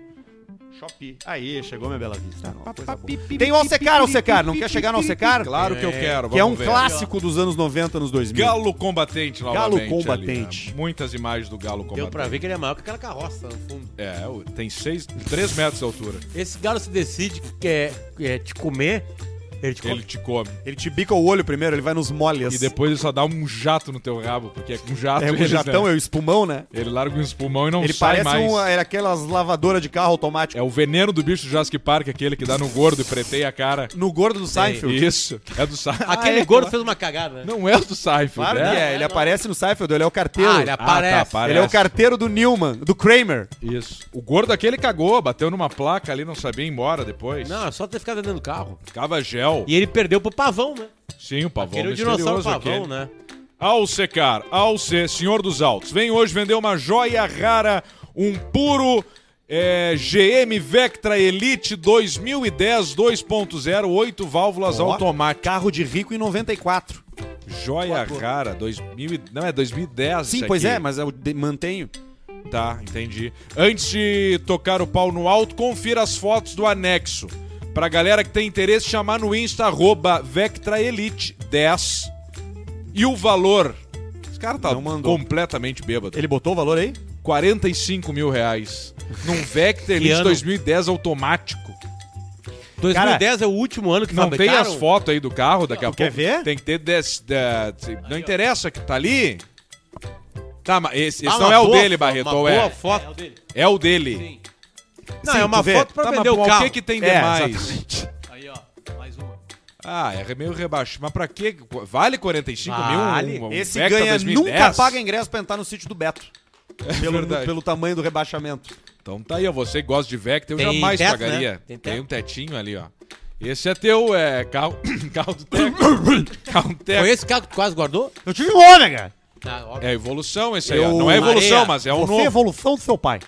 Shopee. Aí, chegou minha bela vista. Não, é coisa boa. um Tem o Alcecar, Alcecar, não quer chegar no Alcecar? Claro que eu quero. Que é um vamos ver. clássico dos anos 90, nos 2000. Galo combatente novamente. Galo ali, combatente. né? Muitas imagens do galo combatente. Deu pra ver que ele é maior que aquela carroça no fundo. É, o- tem 6, 3 metros de altura. Esse galo se decide que quer, quer É. te comer, ele te come. Ele te come. Ele te bica o olho primeiro, ele vai nos molhas. E depois ele só dá um jato no teu rabo, porque é com jato é o eles, jatão, né? é o espumão, né? Ele larga um espumão e não Ele sai parece um, é- mais. uma, era aquelas lavadoras de carro automático. É o veneno do bicho do Jurassic Park, aquele que dá no gordo e preteia a cara. No gordo do Seinfeld. Isso. É do Seinfeld. Aquele gordo fez uma cagada, né? Não é do Seinfeld, Ah, Claro que né? é, ele aparece no Seinfeld, ele é o carteiro. Ah, ele aparece. Ah, tá, aparece. Ele é o carteiro do Newman, do Kramer. Isso. O gordo aquele cagou, bateu numa placa ali, não sabia ir embora depois. Não, é só ter ficado dentro do carro. Ficava gel. E ele perdeu pro pavão, né? Sim, o pavão Aquele é o misterioso dinossauro pavão, aquele. né? Alcecar, Alce, Senhor dos Altos. Vem hoje vender uma joia rara, um puro eh, GM Vectra Elite 2010 2.0, 8 válvulas automáticas. Carro de rico em 94. Joia rara, 2000, e- não é 2010 Sim, isso pois aqui. é, mas eu de- mantenho. Tá, entendi. Antes de tocar o pau no alto, confira as fotos do anexo. Pra galera que tem interesse, chamar no Insta, arroba Vectra Elite 10. E o valor? Esse cara tá Não mandou. completamente bêbado. Ele botou o valor aí? 45 mil reais. Num Vectra Elite ano? 2010 automático. 2010 é o último ano que Não tem fabricaram. as fotos aí do carro, daqui a pouco. quer ver? Tem que ter... Des, de- não interessa que tá ali... Tá, mas esse, Ah, uma esse não é o boa dele, foto, Barreto, uma ou é? boa foto. É o dele. Não, Sim, é uma tu vê. foto pra Tá, mas vender o bom, carro. que que tem É, demais? Aí, ó, mais uma. ah, é meio rebaixo. Mas pra quê? Vale 45 Vale. mil? um- um Esse Vectra ganha 2010? nunca paga ingresso pra entrar no sítio do Beto. Pelo, É verdade. pelo tamanho do rebaixamento. Então tá aí, ó. Você que gosta de Vectra, eu Tem jamais teto, pagaria. né? Tem, Tem teto. um tetinho ali, ó. Esse é teu, é, (coughs) carro, (coughs) carro do Teco. carro do Teco. Foi É esse carro que tu quase guardou? Eu tive um ômega! Ah, óbvio. É evolução esse aí, ó. Eu- Não é evolução, Areia. mas é um Você é novo. evolução do seu pai.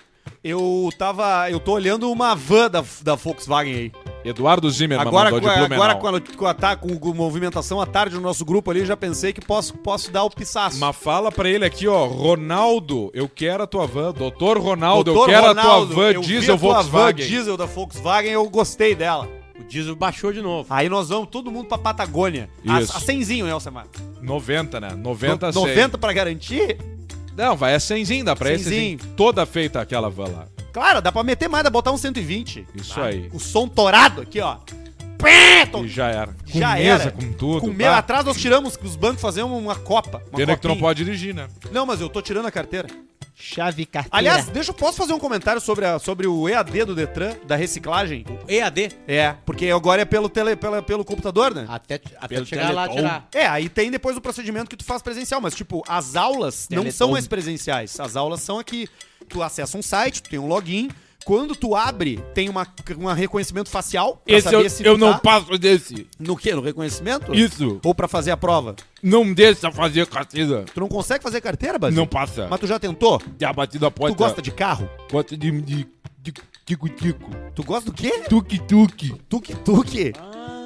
Eu tava. Eu tô olhando uma van da, da Volkswagen aí. Eduardo Zimmermann Agora, É, mandou com, de a, Blumenau. agora com, a, com, a, tá- com a movimentação à tarde no nosso grupo ali, eu já pensei que posso, posso dar o pisaço. Mas fala pra ele aqui, ó. Ronaldo, eu quero a tua van. Doutor Ronaldo, eu Doutor quero a Ronaldo, tua van eu vi diesel a tua Volkswagen. Van diesel da Volkswagen, eu gostei dela. O diesel baixou de novo. Aí nós vamos todo mundo pra Patagônia. Isso. A, a 100zinho, né, Alcemar? 90, né? 90 a 100. 90 pra garantir? Não, vai a 100zinho, dá pra esse 100zinho. assim, toda feita aquela van lá. Claro, dá pra meter mais, dá pra botar um 120. Isso aí. O som torado aqui, ó. Pé, to- E já era. Com Já mesa, era. com tudo. Com tá? meu atrás nós tiramos que os bancos faziam uma copa. Uma Pena que tu não copinha. pode dirigir, né? Não, mas eu tô tirando a carteira. Chave carteira. Aliás, deixa eu posso fazer um comentário sobre, a- sobre o EAD do Detran, da reciclagem? EAD. É, porque agora é pelo, tele, pela, pelo computador, né? Até, t- até Pelo chegar lá Teleton. tirar. É, aí tem depois o procedimento que tu faz presencial, mas tipo, as aulas não são mais presenciais. As aulas são aqui. Tu acessa um site, tu tem um login. Quando tu abre, tem uma, um reconhecimento facial. pra Esse eu, se eu tu não tá- passo desse. No quê? No reconhecimento? Isso. Ou pra fazer a prova. Não deixa fazer carteira. Tu não consegue fazer carteira, Basílio? Não passa. Mas tu já tentou? Já bati na porta. Tu gosta de carro? Gosto de... de... de- Tico-tico. Tu gosta do quê? Tuk-tuk. Tuk-tuk?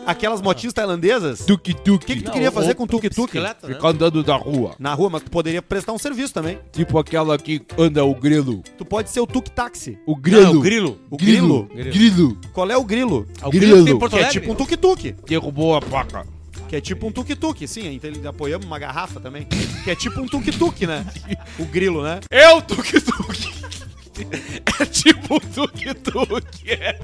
Aquelas motinhas tailandesas? O Tuk-tuk. que, que tu queria fazer com tuk-tuk? Bicicleta, né? Fica andando na rua. Na rua, mas tu poderia prestar um serviço também. Tipo aquela que anda o grilo. Tu pode ser o tuk-taxi. O Não, é grilo. o grilo. O Grilo. grilo. Grilo. Qual é o grilo? Ah, O grilo Grilo. tem em Porto Que é Alegre. tipo um tuk-tuk. Derrubou a placa. Que é tipo um tuk-tuk, sim. Então ele apoiamos uma garrafa também. Que é tipo um tuk-tuk, né? O grilo, né? (laughs) É o tuk-tuk. É tipo o tuk-tuk. É.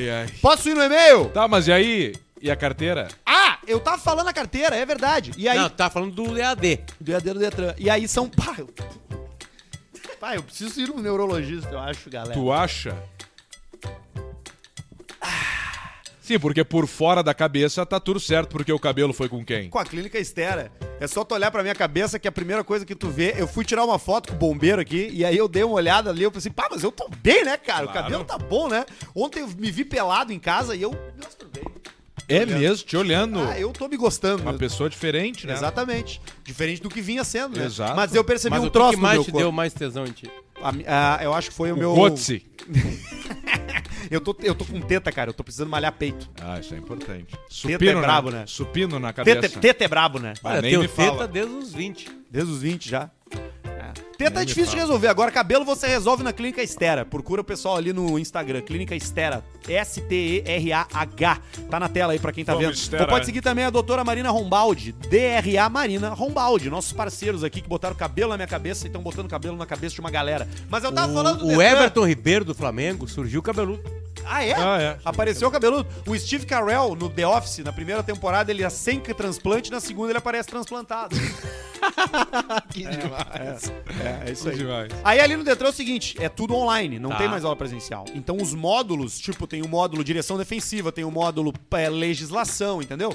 é? Posso ir no e-mail? Tá, mas e aí? E a carteira? Ah, eu tava falando a carteira, é verdade. E aí, Não, tá falando do EAD. do EAD do Detran. E aí são. Pá, eu... Pá, eu preciso ir no neurologista, eu acho, galera. Tu acha? Sim, porque por fora da cabeça tá tudo certo, porque o cabelo foi com quem? Com a clínica estera. É só tu olhar pra minha cabeça que a primeira coisa que tu vê, eu fui tirar uma foto com o bombeiro aqui, e aí eu dei uma olhada ali, eu pensei, pá, mas eu tô bem, né, cara? O Claro. cabelo tá bom, né? Ontem eu me vi pelado em casa e eu me masturbei. É mesmo, te olhando. Ah, eu tô me gostando. Uma pessoa diferente, né? Exatamente. Diferente do que vinha sendo, né? Exato. Mas eu percebi Mas um o que troço que no mais meu te corpo. deu mais tesão em ti? A mi- a- eu acho que foi o, meu... O Gotze. Eu tô, eu tô com teta, cara. Eu tô precisando malhar peito. Ah, isso é importante. é brabo, na, né? Supino na cabeça. Teta, teta é brabo, né? Ah, Olha, eu nem tenho me teta fala. desde os 20. Desde os 20 já. É. Teta é difícil de resolver. Agora, cabelo você resolve na Clínica Estera. Procura o pessoal ali no Instagram, Clínica Estera. S-T-E-R-A-H. Tá na tela aí pra quem tá Vamos, vendo. Estera. Ou pode seguir também a doutora Marina Rombaldi, DRA Marina Rombaldi. Nossos parceiros aqui que botaram cabelo na minha cabeça e estão botando cabelo na cabeça de uma galera. Mas eu tava Tá falando do O, Detran. Everton Ribeiro do Flamengo surgiu cabeludo. Ah, é? Ah, é. Apareceu o cabeludo. O Steve Carell, no The Office, na primeira temporada, ele é sem que transplante, na segunda ele aparece transplantado. (laughs) Que demais. É, é isso aí. Demais. Aí ali no Detran é o seguinte, é tudo online, não Tá. tem mais aula presencial. Então os módulos, tipo, tem o módulo direção defensiva, tem o módulo é, legislação, entendeu?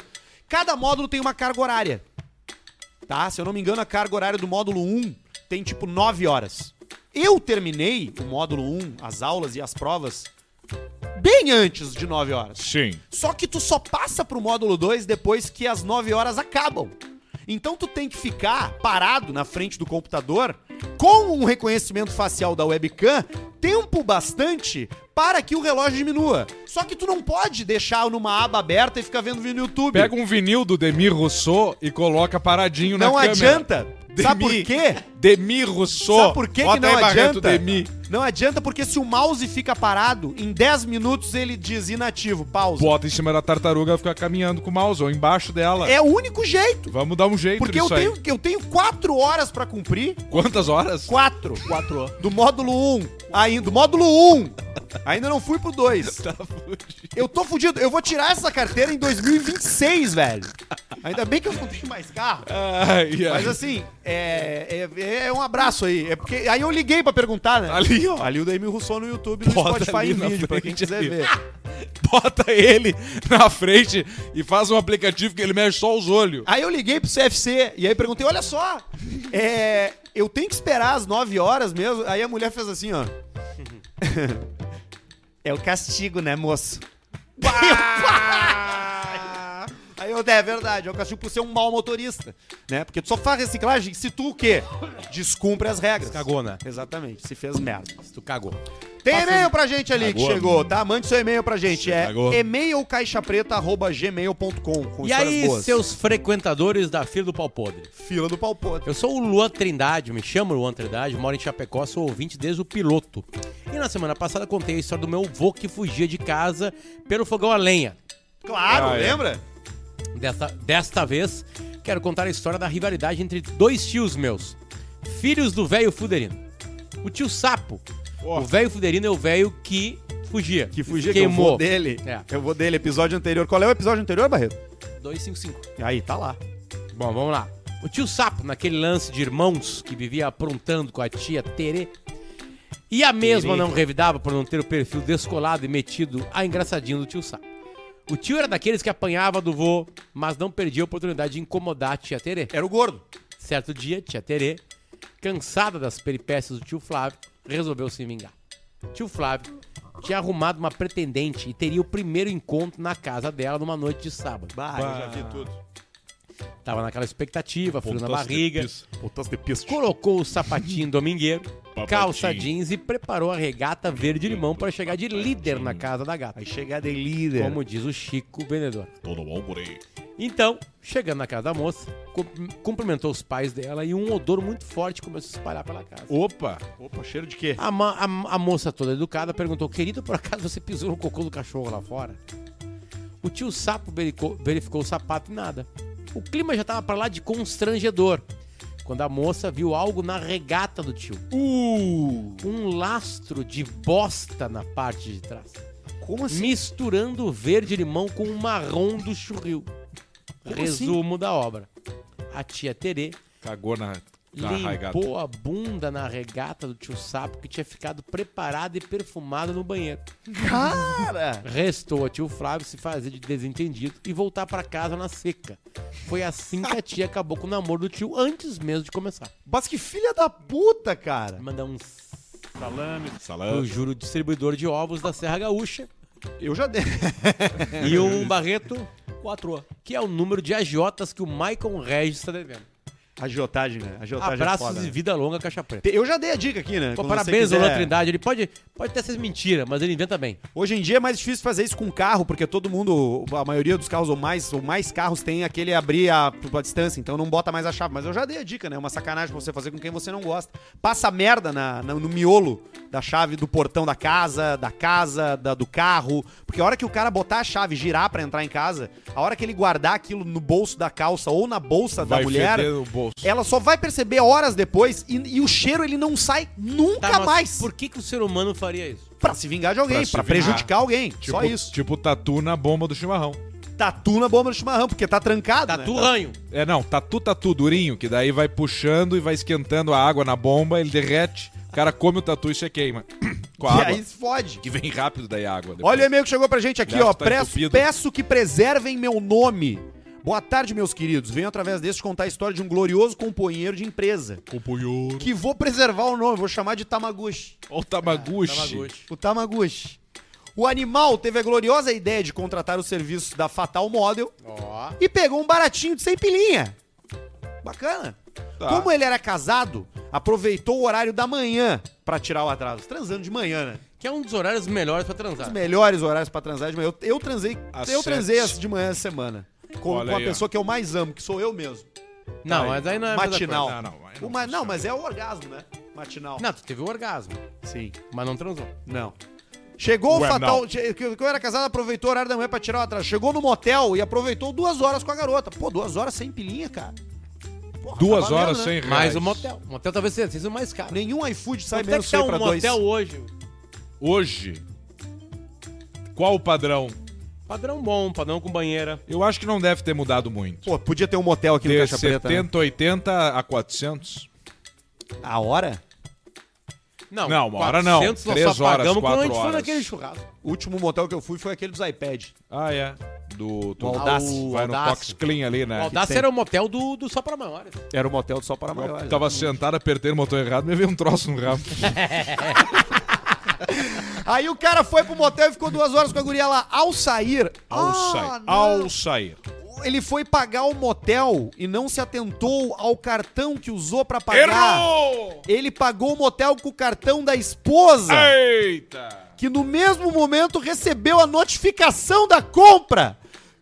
Cada módulo tem uma carga horária. Tá? Se eu não me engano, a carga horária do módulo 1 tem tipo 9 horas. Eu terminei o módulo 1, as aulas e as provas, bem antes de 9 horas. Sim. Só que tu só passa pro módulo 2 depois que as 9 horas acabam. Então tu tem que ficar parado na frente do computador com um reconhecimento facial da webcam tempo bastante para que o relógio diminua. Só que tu não pode deixar numa aba aberta e ficar vendo vídeo no YouTube. Pega um vinil do Demi Rousseau e coloca paradinho não na câmera. adianta. Sabe por Demi. quê? Demi Rousseau. Sabe por que, que Bota não aí, Barreto, adianta? Demi. Não adianta porque se o mouse fica parado, em 10 minutos ele diz inativo, pausa. Bota em cima da tartaruga e fica caminhando com o mouse ou embaixo dela. É o único jeito. Vamos dar um jeito Porque eu nisso aí. tenho, eu tenho quatro horas pra cumprir. Quantas horas? Quatro. Quatro anos. Do módulo 1. Um, ainda, do módulo 1. Um, ainda não fui pro (laughs) 2. Tá eu tô fudido. Eu vou tirar essa carteira em 2026, velho. Ainda bem que eu não tenho mais carro. Ai, ai. Mas assim, é, é, é um abraço aí. É porque aí eu liguei pra perguntar, né? Ali, ó. Ali o Daimir Rousseau no YouTube, no Bota Spotify ali em na vídeo, pra quem frente quiser ali. ver. Bota ele na frente e faz um aplicativo que ele mexe só os olhos. Aí eu liguei pro CFC e aí perguntei: olha só, é, eu tenho que esperar às 9 horas mesmo? Aí a mulher fez assim, ó. (laughs) é o castigo, né, moço? Aí eu, é verdade, é o castigo por ser um mau motorista, né? Porque tu só faz reciclagem se tu o quê? Descumpre as regras. Cagou, né? Exatamente, se fez merda. Tu cagou. Tem e-mail pra gente ali que Cagou. chegou, tá? Mande seu e-mail pra gente. Você É cagou. e-mailcaixapreta.gmail.com com E histórias aí, boas. seus frequentadores da fila do pau podre? Fila do pau podre. Eu sou o Luan Trindade, me chamo Luan Trindade, moro em Chapecó, sou ouvinte desde o piloto. E na semana passada contei a história do meu avô que fugia de casa pelo fogão a lenha. Claro, Ah, é. lembra? Desta, desta vez, quero contar a história da rivalidade entre dois tios meus, filhos do velho Fuderino. O tio Sapo. Ó. O velho Fuderino é o velho que fugia. Que fugia que eu queimou. vou dele. É. Eu vou dele, episódio anterior. Qual é o episódio anterior, Barreto? 255. Aí, tá lá. Bom, vamos lá. O tio Sapo, naquele lance de irmãos que vivia aprontando com a tia Tere, e a mesma não revidava por não ter o perfil descolado e metido a engraçadinho do tio Sapo. O tio era daqueles que apanhava do vô, mas não perdia a oportunidade de incomodar a tia Tere. Era o gordo. Certo dia, tia Terê, cansada das peripécias do tio Flávio, resolveu se vingar. Tio Flávio tinha arrumado uma pretendente e teria o primeiro encontro na casa dela numa noite de sábado. Bah, eu já vi tudo. Tava naquela expectativa, frio na Pontas de barriga, pizza. Botas de pisto. colocou o sapatinho domingueiro, calça Papatinho. jeans e preparou a regata verde-limão para chegar de líder na casa da gata. Aí chega de líder. Como diz o Chico, vendedor. Todo bom por aí. Então, chegando na casa da moça, cum- cumprimentou os pais dela e um odor muito forte começou a se espalhar pela casa. Opa! Opa, cheiro de quê? A, ma- a- a moça toda educada perguntou: Querido, por acaso você pisou no cocô do cachorro lá fora? O tio Sapo verificou, verificou o sapato e nada. O clima já tava pra lá de constrangedor. Quando a moça viu algo na regata Uh! do tio. Um lastro de bosta na parte de trás. Como assim? misturando o verde-limão com o marrom do churril. Resumo da obra. A tia Terê Cagou na, na raigada. limpou a bunda na regata do tio Sapo que tinha ficado preparada e perfumada no banheiro. Cara! Restou a tio Flávio se fazer de desentendido e voltar pra casa na seca. Foi assim que a tia acabou com o namoro do tio antes mesmo de começar. Mas que filha da puta, cara! Mandar um eu Salame. juro distribuidor de ovos da Serra Gaúcha Eu já dei. e um Barreto 4 que é o número de agiotas que o Maicon Regis está devendo. (laughs) Agiotagem, né? Agiotagem é Abraços foda, e né? vida longa, caixa preta. Te- Eu já dei a dica aqui, né? Pô, Quando parabéns, você Luan quiser- Trindade. Ele pode, pode ter essas mentiras, mas ele inventa bem. Hoje em dia é mais difícil fazer isso com carro, porque todo mundo, a maioria dos carros ou mais, ou mais carros tem aquele abrir a, a distância, então não bota mais a chave. Mas eu já dei a dica, né? É Uma sacanagem pra você fazer com quem você não gosta. Passa merda na, na- no miolo da chave do portão da casa, da casa, da- do carro, porque a hora que o cara botar a chave, girar pra entrar em casa, a hora que ele guardar aquilo no bolso da calça ou na bolsa da Vai mulher, feder o bolso. ela só vai perceber horas depois e, e o cheiro ele não sai nunca Tá, mas mais. Por que, que o ser humano faria isso? Pra se vingar de alguém, Pra se pra, vingar. prejudicar alguém. Tipo, só isso. Tipo tatu na bomba do chimarrão. Tatu na bomba do chimarrão, porque tá trancado. Tatu né? ranho. É, não, tatu, tatu durinho, que daí vai puxando e vai esquentando a água na bomba, ele derrete, o cara come o tatu e se queima. (coughs) Com a E água. aí se fode. Que vem rápido daí a água. depois. Olha o e-mail que chegou pra gente aqui, Gato ó. tá Peço, entupido. peço que preservem meu nome. Boa tarde, meus queridos. Venho através deste contar a história de um glorioso companheiro de empresa. Companheiro. Que vou preservar o nome, vou chamar de Tamaguchi. Olha o Tá Tamaguchi. O Tamaguchi. O animal teve a gloriosa ideia de contratar os serviços da Fatal Model e pegou um baratinho de 100 pilinha. Bacana. Tá. Como ele era casado, aproveitou o horário da manhã pra tirar o atraso. Transando de manhã, né? Que é um dos horários melhores pra Os transar. melhores horários pra transar é de manhã. Eu, eu transei, Às eu transei sete. as de manhã essa semana. Com, Olha com a aí, ó. pessoa que eu mais amo, que sou eu mesmo. Não, mas aí não é a mesma Matinal. coisa. Não, não, aí não O ma- funciona. não, mas é o orgasmo, né? Matinal. coisa. Não, tu teve um orgasmo, Sim. mas não transou. Não. Chegou Ué, o fatal. não. che- Que que eu era casado, aproveitou o horário da manhã pra tirar o atraso. Chegou no motel e aproveitou duas horas com a garota. Pô, duas horas sem pilinha, cara. Porra, Duas tá valendo, horas né? sem reais. Mais um motel. Motel talvez seja, seja o mais caro. Nenhum iFood sai Quanto é menos que que tá pra um dois. motel hoje? Hoje, qual o padrão? Padrão bom, padrão com banheira. Eu acho que não deve ter mudado muito. Pô, podia ter um motel aqui no De Caixa Preta. né? 70, 80 a 400. A hora? Não, uma hora não. 400 nós Três só horas, pagamos quando a quatro gente foi horas. É, naquele churrasco. O último motel que eu fui foi aquele dos iPad. Ah, é. Do, do O Audace. Vai Audace. no Fox Clean ali, né? O Audácia era o motel do, do Só Pra Maiores. Era o motel do Só Para Maiores. Eu tava sentado, apertei o motor errado, me veio um troço no rabo. Aí o cara foi pro motel e ficou duas horas com a guria lá. Ao sair. Ao Ah, sair. não. Ao sair. Ele foi pagar o motel e não se atentou ao cartão que usou pra pagar. Errou! Ele pagou o motel com o cartão da esposa, Eita! que no mesmo momento recebeu a notificação da compra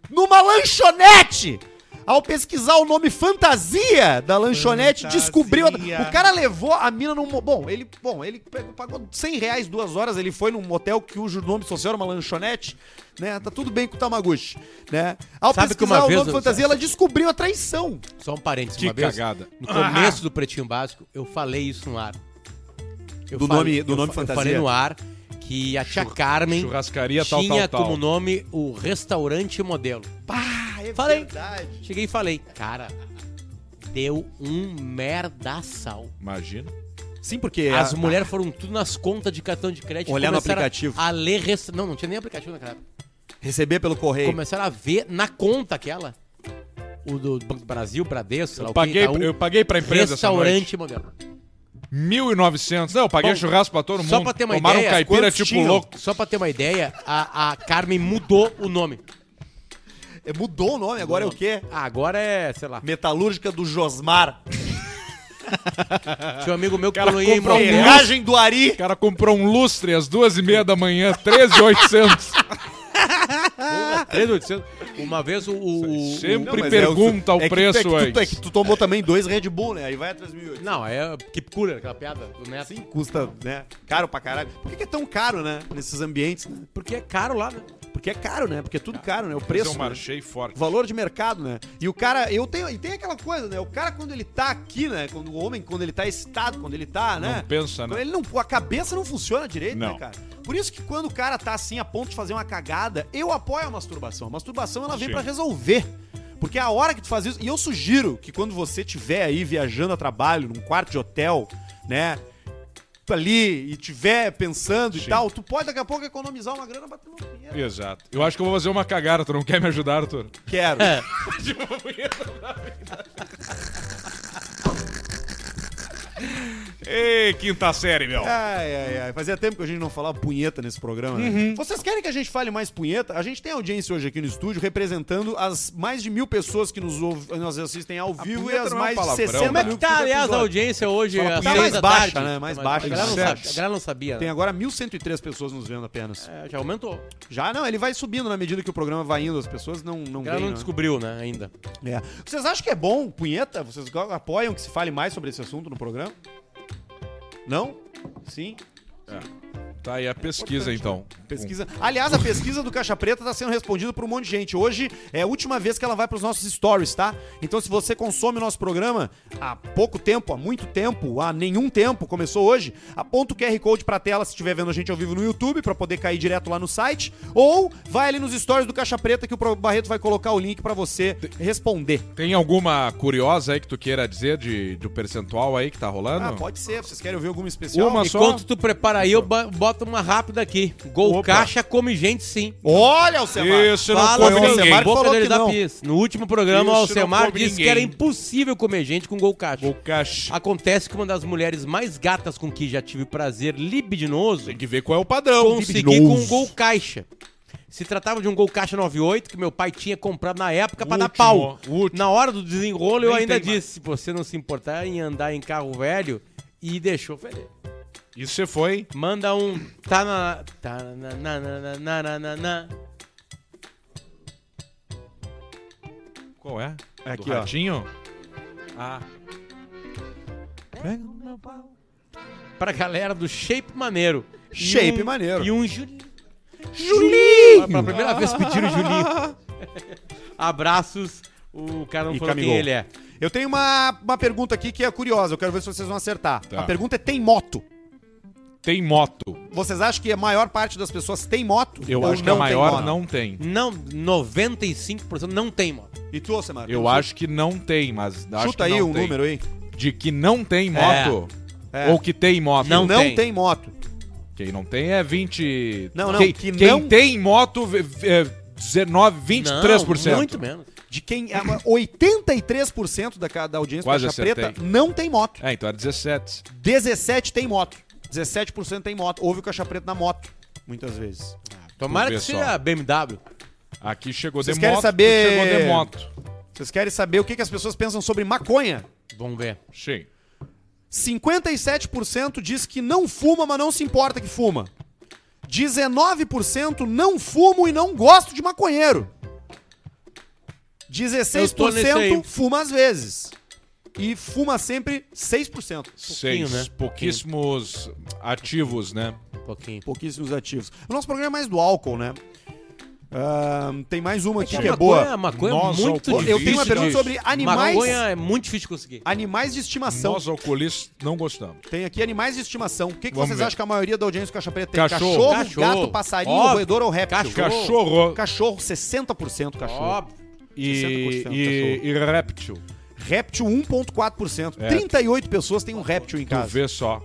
numa lanchonete. Ao pesquisar o nome fantasia da lanchonete, Fantasia. descobriu. a- O cara levou a mina num. mo- Bom, ele, bom, ele pegou- pagou 100 reais duas horas. Ele foi num motel que cujo nome social era uma lanchonete, né? Tá tudo bem com o Tamaguchi, né? Ao Sabe que pesquisar uma o vez nome eu- fantasia, ela descobriu a traição. Só um parênteses, Que uma vez. cagada. No Ah. começo do Pretinho Básico, eu falei isso no ar. Eu Do nome- do eu nome fa- fantasia? Eu falei no ar que a tia Carmen Churrascaria tal, tinha tal, tal. como nome o Restaurante Modelo. Pá, é Falei. verdade. Cheguei e falei, cara, deu um merdaçal. Imagina. Sim, É porque. As a- mulheres foram tudo nas contas de cartão de crédito. Olhar no começaram aplicativo. A ler... resta- Não, não tinha nem aplicativo naquela época. Receber pelo correio. Começaram a ver na conta aquela. O do Banco do Brasil, Bradesco, sei lá Eu o quê, é paguei, um Itaú. eu paguei pra empresa Restaurante Modelo. essa noite. 1.900. Não, eu paguei Bom, churrasco pra todo mundo. só pra ter uma Tomaram ideia, um caipira quantos tipo tinham? louco. Só pra ter uma ideia, a, a Carmen mudou o nome. É, Mudou o nome, agora é o quê? Ah, agora é, sei (laughs) lá. Metalúrgica do Josmar. Tinha um amigo meu que Cara, falou em comprou Embraer. um Ferragem do O Ari. cara comprou um lustre às duas e meia da manhã, 13,800. (laughs) Porra, 13,800. é- Uma vez o... o- o- Sempre pergunta o preço é que, tu, é que antes. tu tomou também dois Red Bull, né? Aí vai a 3.800. Não, é Keep Cooler, aquela piada do Neto. Assim Sim, custa, né? Caro pra caralho. Por que, que é tão caro, né? Nesses ambientes, né? Porque é caro lá, né? Porque é caro, né? Porque é tudo caro, né? O Mas eu preço. né? marchei forte. Valor de mercado, né? E o cara, eu tenho, e tem aquela coisa, né? O cara quando ele tá aqui, né? Quando o homem, quando ele tá excitado, quando ele tá, né? Não pensa, Quando né? Ele não, a cabeça não funciona direito, né, Não. cara? Por isso que quando o cara tá assim a ponto de fazer uma cagada, eu apoio a masturbação. A masturbação ela vem Sim. pra resolver. Porque a hora que tu faz isso, e eu sugiro que quando você tiver aí viajando a trabalho, num quarto de hotel, né? Ali e tiver pensando e Sim. tal, tu pode daqui a pouco economizar uma grana batendo no dinheiro. Exato. Eu acho que eu vou fazer uma cagada, tu não quer me ajudar, Arthur? (laughs) Quero. Ei, quinta série, meu. Ai, ai, ai. Fazia tempo que a gente não falava punheta nesse programa, né? Uhum. Vocês querem que a gente fale mais punheta? A gente tem audiência hoje aqui no estúdio representando as mais de mil pessoas que nos, ouvem, nos assistem ao vivo e punheta as não é um mais de palavrão, 60 né? mil. Como Tá, por aliás, a episódio. audiência hoje Fala pra- às tá seis mais da baixa, tarde. né? Mais Tá baixa, A galera não, sete. sabe, a galera não sabia. Tem né? agora 1.103 pessoas nos vendo apenas. É, já aumentou. Já não, ele vai subindo na medida que o programa vai indo, as pessoas não, não A galera veem, não né? descobriu, né, ainda. É. Vocês acham que é bom punheta? Vocês go- apoiam que se fale mais sobre esse assunto no programa? Não? Sim? Tá aí a pesquisa, então. Pesquisa. Aliás, a pesquisa do Caixa Preta tá sendo respondida por um monte de gente. Hoje é a última vez que ela vai pros nossos stories, tá? Então, se você consome o nosso programa há pouco tempo, há muito tempo, há nenhum tempo, começou hoje, aponta o QR Code pra tela se estiver vendo a gente ao vivo no YouTube, pra poder cair direto lá no site. Ou vai ali nos stories do Caixa Preta que o Pro- Barreto vai colocar o link pra você responder. Tem alguma curiosa aí que tu queira dizer de, do percentual aí que tá rolando? Ah, pode ser. Vocês querem ouvir alguma especial? Uma Me- só? Enquanto tu prepara aí, eu ba- boto uma rápida aqui. Gol Opa. caixa come gente sim. Olha o Semar! Isso não come Alcemar, ninguém. que falou boca deles que não. da pista. No último programa, o Isso não Alcemar come disse que ninguém. era impossível comer gente com gol caixa. Bocach- Acontece que uma das mulheres mais gatas com que já tive prazer libidinoso Tem que ver qual é o padrão. consegui com um gol caixa. Se tratava de um gol caixa 98 que meu pai tinha comprado na época pra dar Último, pau. último. Na hora do desenrolo eu Nem ainda tem mais. disse, se você não se importar em andar em carro velho e deixou feliz. Isso você foi. Manda um tá na tá na na na na na na na na. Qual é? É aqui, do ó. ratinho? Ah. pra galera do Shape Maneiro. E Shape um- Maneiro. E um Julinho. Julinho! Pela primeira vez (laughs) pediram Julinho. Abraços. O cara não E falou camingou. quem ele é. Eu tenho uma, uma pergunta aqui que é curiosa, eu quero ver se vocês vão acertar. Tá. A pergunta é: tem moto? Tem moto. Vocês acham que a maior parte das pessoas tem moto? Eu Ou acho que a tem maior moto? não tem. Não, 95% não tem, mano. E tu, Semar? Eu acho que não tem, mas acho Chuta que aí não um tem. número aí. De que não tem moto. Ou que tem moto. Não não tem. tem. moto. Quem não tem é 20. Não, não, Quem, que quem não- tem moto vê- vê- é 19, 23%. Não, muito menos. De quem. ah, (laughs) 83% da, ca- da audiência Quase da Caixa Preta acertei. não tem moto. É, então era 17. 17 tem moto. 17% tem moto. Houve o Caixa Preta na moto, muitas vezes. Tomara vê que seja só. BMW. Aqui chegou Vocês de querem moto, saber- chegou de moto. Vocês querem saber o que, que as pessoas pensam sobre maconha? Vamos ver. Sim. 57% diz que não fuma, mas não se importa que fuma. 19% não fumo e não gosto de maconheiro. Eu tô nesse 16% aí. fuma às vezes. E fuma sempre 6%. Seis. né? Pouquíssimos ativos, né? Um pouquinho. Pouquíssimos ativos. O nosso programa é mais do álcool, né? Ahn, tem mais uma aqui que, é maconha, boa. maconha Nós, é muito alcoólicos. Eu tenho uma difícil pergunta de- sobre animais, Maconha é muito difícil de conseguir. animais de estimação. Nós alcoolistas não gostamos. Tem aqui animais de estimação. O que, que Vamos vocês ver. acham que a maioria da audiência do Caixa Preta tem? Cachorro. Cachorro. gato, passarinho, Óbvio. roedor ou réptil? Cachorro Cachorro, 60% cachorro. Óbvio. e, 60% e, e réptil. Réptil, 1,4%. É. 38 pessoas têm um réptil em Tu casa. vê só.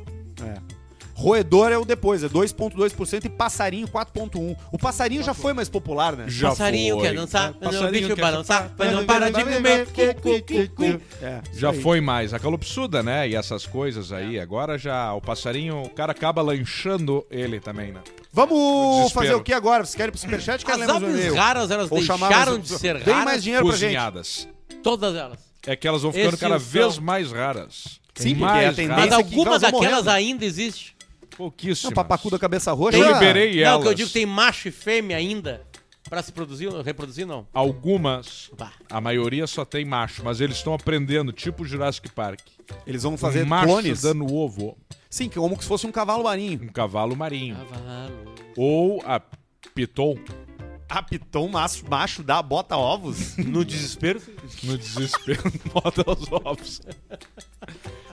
Roedor é o depois, é 2,2%. E passarinho, 4,1%. O passarinho já foi mais popular, né? Já passarinho foi. quer dançar, o Passarinho bicho quer balançar, mas não para de comer. Cu, cu, cu, cu. É, isso Já aí. foi mais. A calopsuda, né? E essas coisas aí. Agora já o passarinho, o cara acaba lanchando ele também, né? Vamos Desespero. fazer o que agora? Vocês querem ir pro superchat? Querem As ler mais um aves e-mail? raras, elas Ou chamar deixaram mais- de ser Tem raras. mais dinheiro pra gente. Cozinhadas. Todas elas. É que elas vão ficando cada Extinção. vez mais raras. Sim, porque é mais a tendência- Mas Pensa que alguma elas vão daquelas morrendo. ainda existe. Não, Pouquíssimas. papacu da cabeça roxa. Eu liberei não, elas. que eu digo tem macho e fêmea ainda pra se produzir, reproduzir, não. Algumas. Bah. A maioria só tem macho, mas eles estão aprendendo, tipo Jurassic Park. Eles vão fazer Machos Tá clones. dando ovo. Sim, é como se fosse um cavalo marinho. Um cavalo marinho. Cavalo. Ou a Piton. Ah, piton macho, macho dá, bota (laughs) ovos? No desespero. No desespero, (laughs) bota os ovos.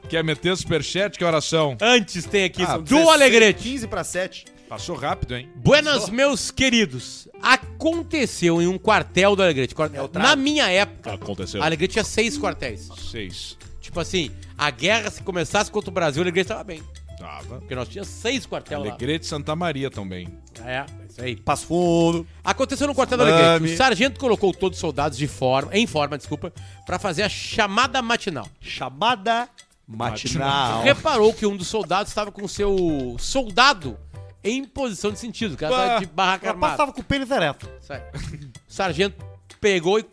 Quer meter superchat? Que horas são? Antes tem aqui Ah, isso. do Alegrete. 15 pra 7. Passou rápido, hein? Buenas, meus queridos. Aconteceu em um quartel do Alegrete. Quartel- Na minha época, Aconteceu. Alegrete tinha seis quartéis. Seis. Tipo assim, a guerra se começasse contra o Brasil, o Alegrete tava bem. Tava. Porque nós tínhamos seis quartel lá. Alegrete e Santa Maria também. É, é isso aí. Passo fundo. Aconteceu no quartel do Alegrete. O sargento colocou todos os soldados de forma, em forma, desculpa, pra fazer a chamada matinal. Chamada matinal. Reparou que um dos soldados estava com seu soldado em posição de sentido, que era de barraca armada. com o pênis ereto. Isso aí. O sargento pegou e.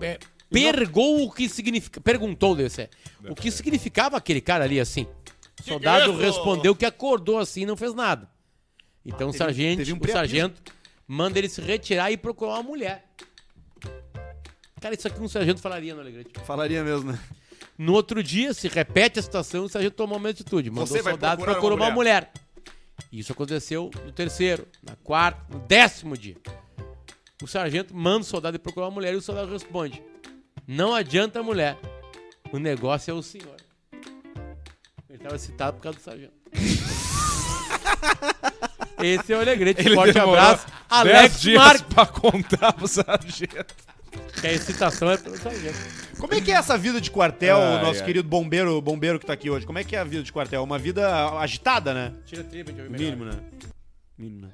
É, pergou o que significa. Perguntou, deve ser. O que significava aquele cara ali assim? O soldado respondeu que acordou assim e não fez nada. Então o sargento, teve um o preaviso. sargento manda ele se retirar e procurar uma mulher. Cara, isso aqui um sargento falaria no Alegrete. Falaria mesmo, né? No outro dia, se repete a situação, o sargento tomou uma atitude. Mandou Você o vai soldado procurar procurou uma uma mulher. Isso aconteceu no terceiro, na quarta, no décimo dia. O sargento manda o soldado ir procurar uma mulher e o soldado responde: Não adianta a mulher. O negócio é o senhor. Ele estava citado por causa (laughs) do sargento. Esse é o Alegrete. Forte demorou abraço. dez Alex dias Marques. pra contar pro sargento. Que a excitação é pelo sargento. Como é que é essa vida de quartel, Ai, nosso ai. querido bombeiro, bombeiro que tá aqui hoje? Como é que é a vida de quartel? Uma vida agitada, né? Tira a tripa, a gente ouve melhor. Mínimo, né? Mínimo, né?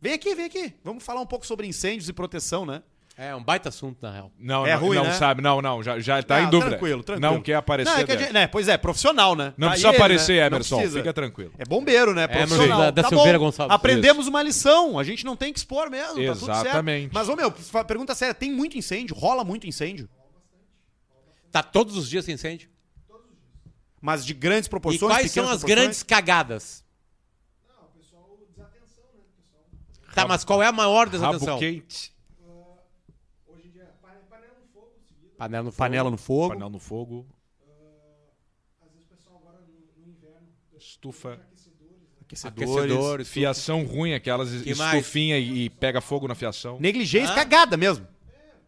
Vem aqui, vem aqui. Vamos falar um pouco sobre incêndios e proteção, né? É um baita assunto, na real. Não, É não, ruim, não né? sabe. Não, não. Já, já tá Ah, em dúvida. Tranquilo, tranquilo. Não quer aparecer. Não, é que a dela. gente- né, pois é, profissional, né? Não Tá precisa aí ele, aparecer, né? Não Emerson. precisa. Fica tranquilo. É bombeiro, né? Profissional. da- da Silveira Gonçalves. Aprendemos uma lição. A gente não tem que expor mesmo. Tá tudo certo. Exatamente. Mas, ô meu, fa- pergunta séria: tem muito incêndio? Rola muito incêndio? Tá todos os dias sem incêndio? Mas de grandes E proporções. quais são pequenas as proporções? grandes cagadas? né? Tá, mas qual é a maior desatenção? Rabo quente. Panela no fogo. Panela no fogo. Panela no fogo. Estufa. Aquecedores. Fiação ruim, aquelas Que mais? estufinha e, e pega fogo na fiação. Ah. Negligência, cagada mesmo.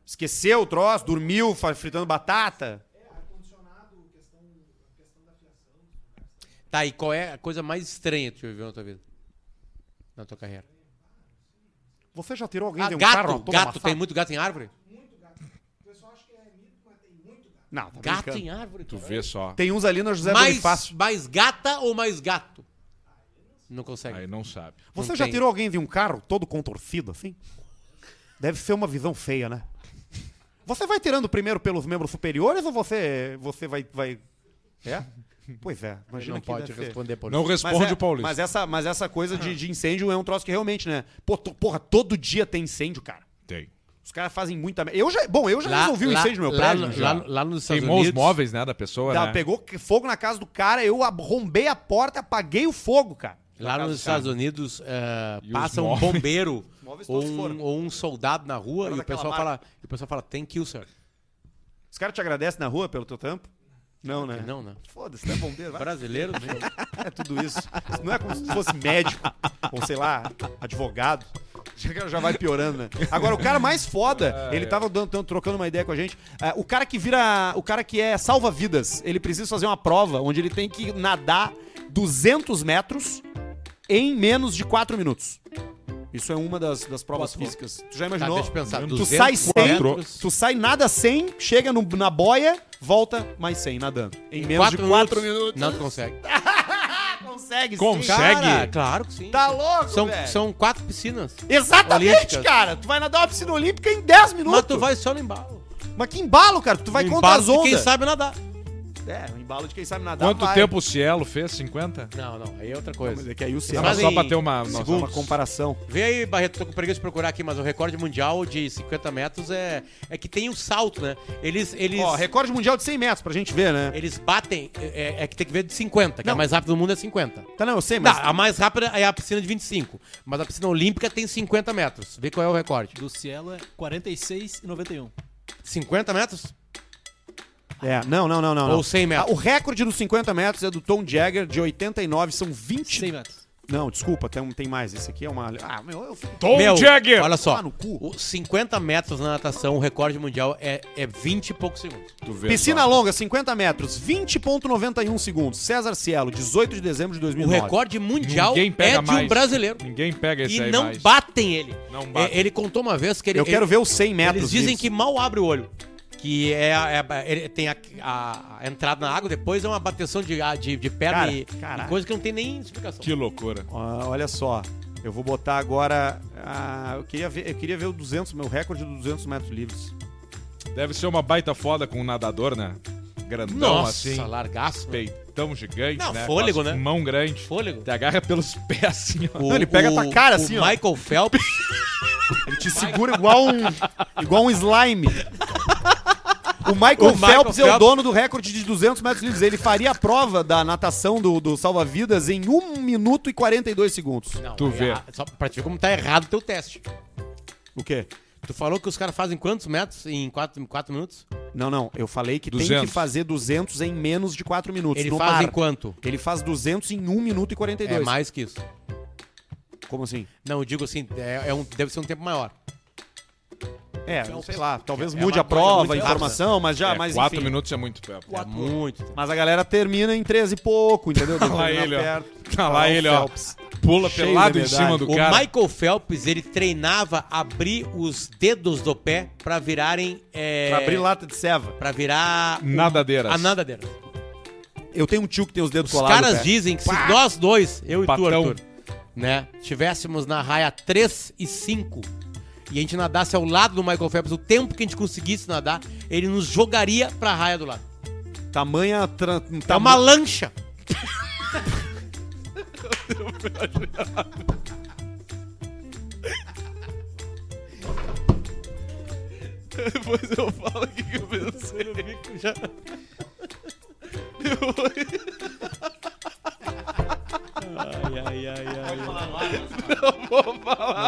Esqueceu o troço, dormiu fa- fritando batata. Tá, e qual é a coisa mais estranha que tu viveu na tua vida? Na tua carreira? Você já tirou alguém Ah, de um gato, carro? toma gato. uma Tem fa- Tá muito gato em árvore? Não, tá Gato brincando. é em árvore. Tu cara. vê só. Tem uns ali na José Mais, Bonifácio. mais gata ou mais gato? Não consegue. Aí não sabe. Você não já tem. tirou alguém de um carro todo contorcido assim? Deve ser uma visão feia, né? Você vai tirando primeiro pelos membros superiores ou você, você vai, vai. É? Pois é, Ele imagina não que pode deve ser. responder por Não isso. Mas responde é- o Paulista. Mas essa, mas essa coisa (laughs) de, de incêndio é um troço que realmente, né? Pô, to- porra, todo dia tem incêndio, cara. Tem. Os caras fazem muita. mer- Eu já, bom, eu já resolvi o incêndio no meu lá, prédio. lá, já. lá, lá nos Estados Queimou os Unidos. móveis, né, da pessoa, Tá, né? Pegou que- fogo na casa do cara, eu arrombei a porta, apaguei o fogo, cara. Lá nos Estados Unidos, é, E os passa um móveis? bombeiro (laughs) móveis ou todos um, foram. ou um soldado na rua Foram e o, daquela pessoal fala, marca. e o pessoal fala, thank you, sir. Os caras te agradecem na rua pelo teu tampo? Não, né? Não, né? Foda-se, tá bombeiro, vai. Brasileiro, né? É tudo isso. Isso (laughs) não é como se fosse médico, ou sei lá, advogado. Já, já vai piorando, né? Agora, o cara mais foda, ele tava dando- dando- trocando uma ideia com a gente. é, o cara que vira. O cara que é salva-vidas, ele precisa fazer uma prova onde ele tem que nadar 200 metros em menos de 4 minutos. Isso é uma das, das provas Posso- físicas. Tu já Tá, imaginou? deixa eu pensar. Tu 200 sai 100, metros, tu sai nada 100, chega no- na boia, volta mais 100 nadando. Em, menos quatro de 4 minutos. minutos. É. Não tu consegue. consegue, Consegue? Cara, claro que sim. Tá louco, são, velho. são quatro piscinas. Exatamente, Olímpicas. cara. Tu vai nadar uma piscina olímpica em 10 minutos. Mas tu vai só no embalo. Mas que embalo, cara. Tu vai No contra embalo as de ondas. Quem sabe nadar. É, o embalo de quem sabe nadar Quanto vai. tempo o Cielo fez? 50? Não, não. Aí é outra coisa. Mas é que aí o Não, céu... mas só fazem pra ter uma noção. Uma comparação. Vem aí, Barreto, tô com preguiça de procurar aqui, mas o recorde mundial de 50 metros é, é que tem o salto, né? Eles, eles, Ó, recorde mundial de 100 metros pra gente ver, né? eles batem, é, é que tem que ver de 50, que a Não. mais rápida do mundo é 50. Tá, não, eu sei, mas... Tá, a mais rápida é a piscina de 25, mas a piscina olímpica tem 50 metros. Vê qual é o recorde. Do Cielo é 46 e 91. 50 metros? É, não, não, não, não. Ou Ah, não. 100 metros. Ah, o recorde dos 50 metros é do Tom Jagger, de 89, são 100 20... metros. Não, desculpa, tem, tem mais. Esse aqui é uma. Ah, meu, eu fico Tom Meu, Jagger! Olha só. lá no cu. o 50 metros na natação, o recorde mundial é, é 20 e poucos segundos. Tu vê Piscina só. longa, 50 metros, 20,91 segundos. César Cielo, 18 de dezembro de O 2009. recorde mundial Ninguém pega é de um mais. brasileiro. Ninguém pega esse E aí não mais. batem ele. Não batem. É, Ele contou uma vez que ele. Eu quero ele- ver os 100 metros. Eles dizem nisso. que mal abre o olho. Que é, a- é a- ele tem a, a- a entrada na água, depois é uma bateção de, a- de, de perna Cara, e, e caraca. coisa que não tem nem explicação. Que loucura. Ó, Ah, olha só, eu vou botar agora. ah, eu, queria ver, eu queria ver o 200, meu recorde do 200 metros livres. Deve ser uma baita foda com um nadador, né? Grandão Nossa, assim. largaço. né? Peitão gigante, Não, né? fôlego, Com as né? Mão grande. Fôlego. Te agarra pelos (laughs) pés assim, ó. Não, ele pega o, tua cara assim, o ó. (laughs) Michael Phelps. Ele te segura igual um, igual um slime. O Michael, O Michael Phelps é o Phelps- dono do recorde de 200 metros livres. Ele faria a prova da natação do, do salva-vidas em 1 minuto e 42 segundos. Não, Tu é vê. a- só pra te ver como tá errado o teu teste. O quê? Tu falou que os caras fazem quantos metros em 4 minutos? Não, não. Eu falei que 200. tem que fazer 200 em menos de 4 minutos. Ele no faz mar. em quanto? Ele faz 200 em 1 minuto e 42. É mais que isso. Como assim? Não, eu digo assim, é, é um, deve ser um tempo maior. É, sei lá, talvez É mude uma a coisa muito prova, a rápida. informação, mas já, É, Ah, mas quatro enfim. minutos é muito tempo. É muito. tempo. Mas a galera termina em 13 e pouco, (laughs) entendeu? Tá lá ele, ó. Tá o lá ele, ó. né? Phelps. Pula Cheio pelado de em cima do O cara. Michael Phelps, ele treinava abrir os dedos do pé pra virarem... É, Pra abrir lata de ceva. pra virar... o- Nadadeiras. A nadadeira. Eu tenho um tio que tem os dedos Os colados. caras pé. dizem que se nós dois, eu e tu, Patrão. Arthur, né, tivéssemos na raia 3 e 5 e a gente nadasse ao lado do Michael Phelps o tempo que a gente conseguisse nadar, ele nos jogaria pra raia do lado. Tamanha. Tra... É uma lancha. Depois eu falo o que que eu pensei.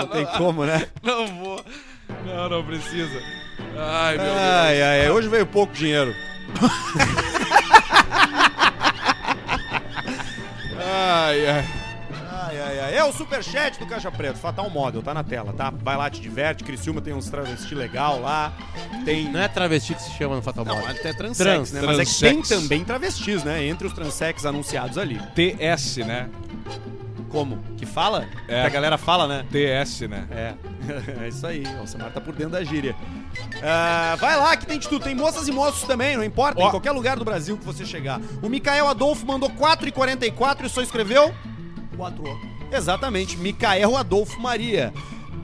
Não tem como, né? Não vou. Não, não precisa. Ai, meu Deus. (laughs) Ai, ai, ai. Hoje veio pouco dinheiro. Ah. Ai, ai. Ai, ai, ai. É o superchat do Caixa Preto. Fatal Model, tá na tela, tá? Vai lá, te diverte. Criciúma tem uns travesti legal lá. Tem. Não é travesti que se chama no Fatal Não, Body. até transsex, Trans, né? Mas é que tem transsex. também travestis, né? Entre os transex anunciados ali. TS, né? Como? Que fala? É. Que a galera fala, né? TS, né? É, (laughs) é isso aí. O Samar tá por dentro da gíria. Ah, vai lá que tem de tudo. Tem moças e moços também, não importa. Em qualquer lugar do Brasil que você chegar. O Micael Adolfo mandou 4,44 e só escreveu... 4 Exatamente. Micael Adolfo Maria.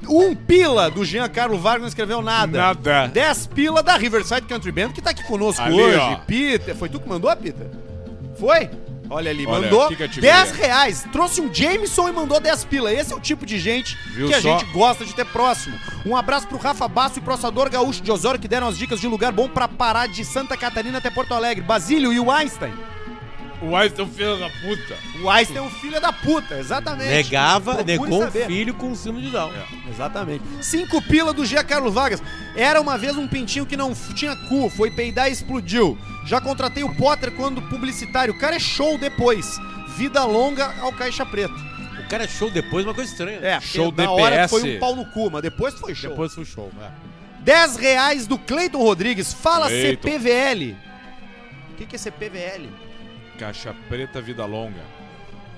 Um pila do Jean Carlo Vargas não escreveu nada. Nada. 10 pila da Riverside Country Band que tá aqui conosco Ali, hoje. ó. Peter, foi tu que mandou, Peter? Foi? Olha ali, Olha, mandou fica te 10 vendo. reais. Trouxe um Jameson e mandou 10 pila. Esse é o tipo de gente Viu que a só? gente gosta de ter próximo. Um abraço pro Rafa Basso e pro assador gaúcho de Osório que deram as dicas de lugar bom pra parar de Santa Catarina até Porto Alegre. Basílio e o Einstein. O Einstein é um filho da puta. O Einstein é um filho da puta, exatamente. Negava, Procure negou um saber. É. filho com síndrome de Down. Exatamente. Cinco pila do Gia Carlos Vargas. Era uma vez um pintinho que não f- tinha cu, foi peidar e explodiu. Já contratei o Potter quando publicitário. O cara é show depois. Vida longa ao Caixa Preta. O cara é show depois, uma coisa estranha. né? É, Show porque na hora DPS. foi um pau no cu, mas depois foi show. Depois foi o show. é. 10 reais do Cleiton Rodrigues. Fala Cleiton. CPVL. O que, que é CPVL? Caixa preta, vida longa.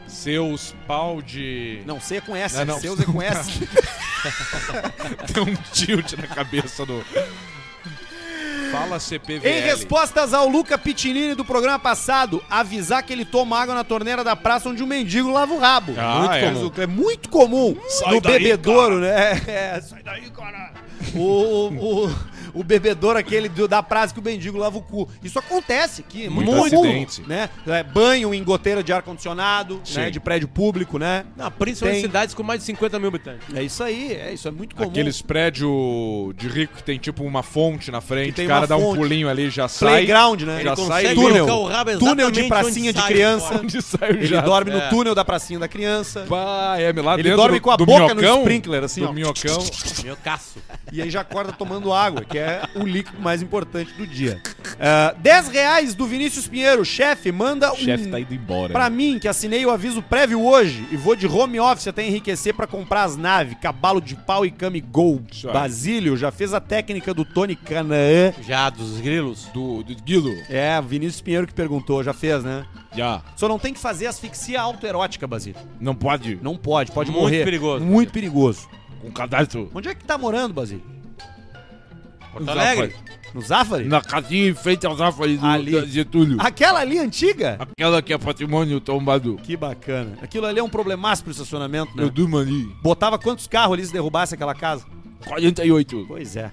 Seus pau de. (laughs) Não, C é com S. Não, não. Seus é com (laughs) S. Tem um tilt na cabeça do. Fala CPVL. Em respostas ao Luca Pitinini do programa passado, avisar que ele toma água na torneira da praça onde um mendigo lava o rabo. Ah, muito é. comum. É muito comum no daí, bebedouro, né? (laughs) É, sai daí, cara. O, o, o, o bebedouro aquele do- da praça que o mendigo lava o cu. Isso acontece aqui, é muito, Muito comum, acidente. né? É, banho em goteira de ar-condicionado, né? Sim. De prédio público, né? Não, principalmente Tem. cidades com mais de 50 mil habitantes. É isso aí, é isso, é muito comum. Aqueles prédios de rico que tem tipo uma fonte na Que frente, tem o cara uma dá um fonte. pulinho ali já sai. Playground, né? Já sai consegue túnel. colocar o rabo Túnel de exatamente pracinha onde de sai criança. (laughs) Onde sai o Ele jato. dorme é. no túnel da pracinha da criança. Pá, é, lá Ele dentro dorme do- com a do boca no minhocão, sprinkler, assim, Do ó. (laughs) minhocão. Meu caço. E aí já acorda tomando água, que é o líquido mais importante do dia. Ah, 10 reais do Vinícius Pinheiro. Chefe, manda um... O chefe tá indo embora. Pra mim, que assinei o aviso prévio hoje e vou de home office até enriquecer pra comprar as naves, cabalo de pau e cami gold. Isso aí. Basílio já fez a técnica do Tony Canaã. Já, dos grilos. Do, do Guilo. É, Vinícius Pinheiro que perguntou, já fez, né? Já. Só não tem que fazer asfixia autoerótica, Basílio. Não pode. Não pode, pode Muito morrer. perigoso. Muito perigoso. Com cadastro. Onde é que tá morando, Basílio? Porto Alegre. No Zafari? Na casinha em frente ao Zafari do Ali. do Getúlio. (laughs) Aquela ali antiga? Aquela que é patrimônio tombado. Que bacana. Aquilo ali é um problemaço pro estacionamento, né? É. Eu durmo ali. Botava quantos carros ali se derrubasse aquela casa? 48. Pois é.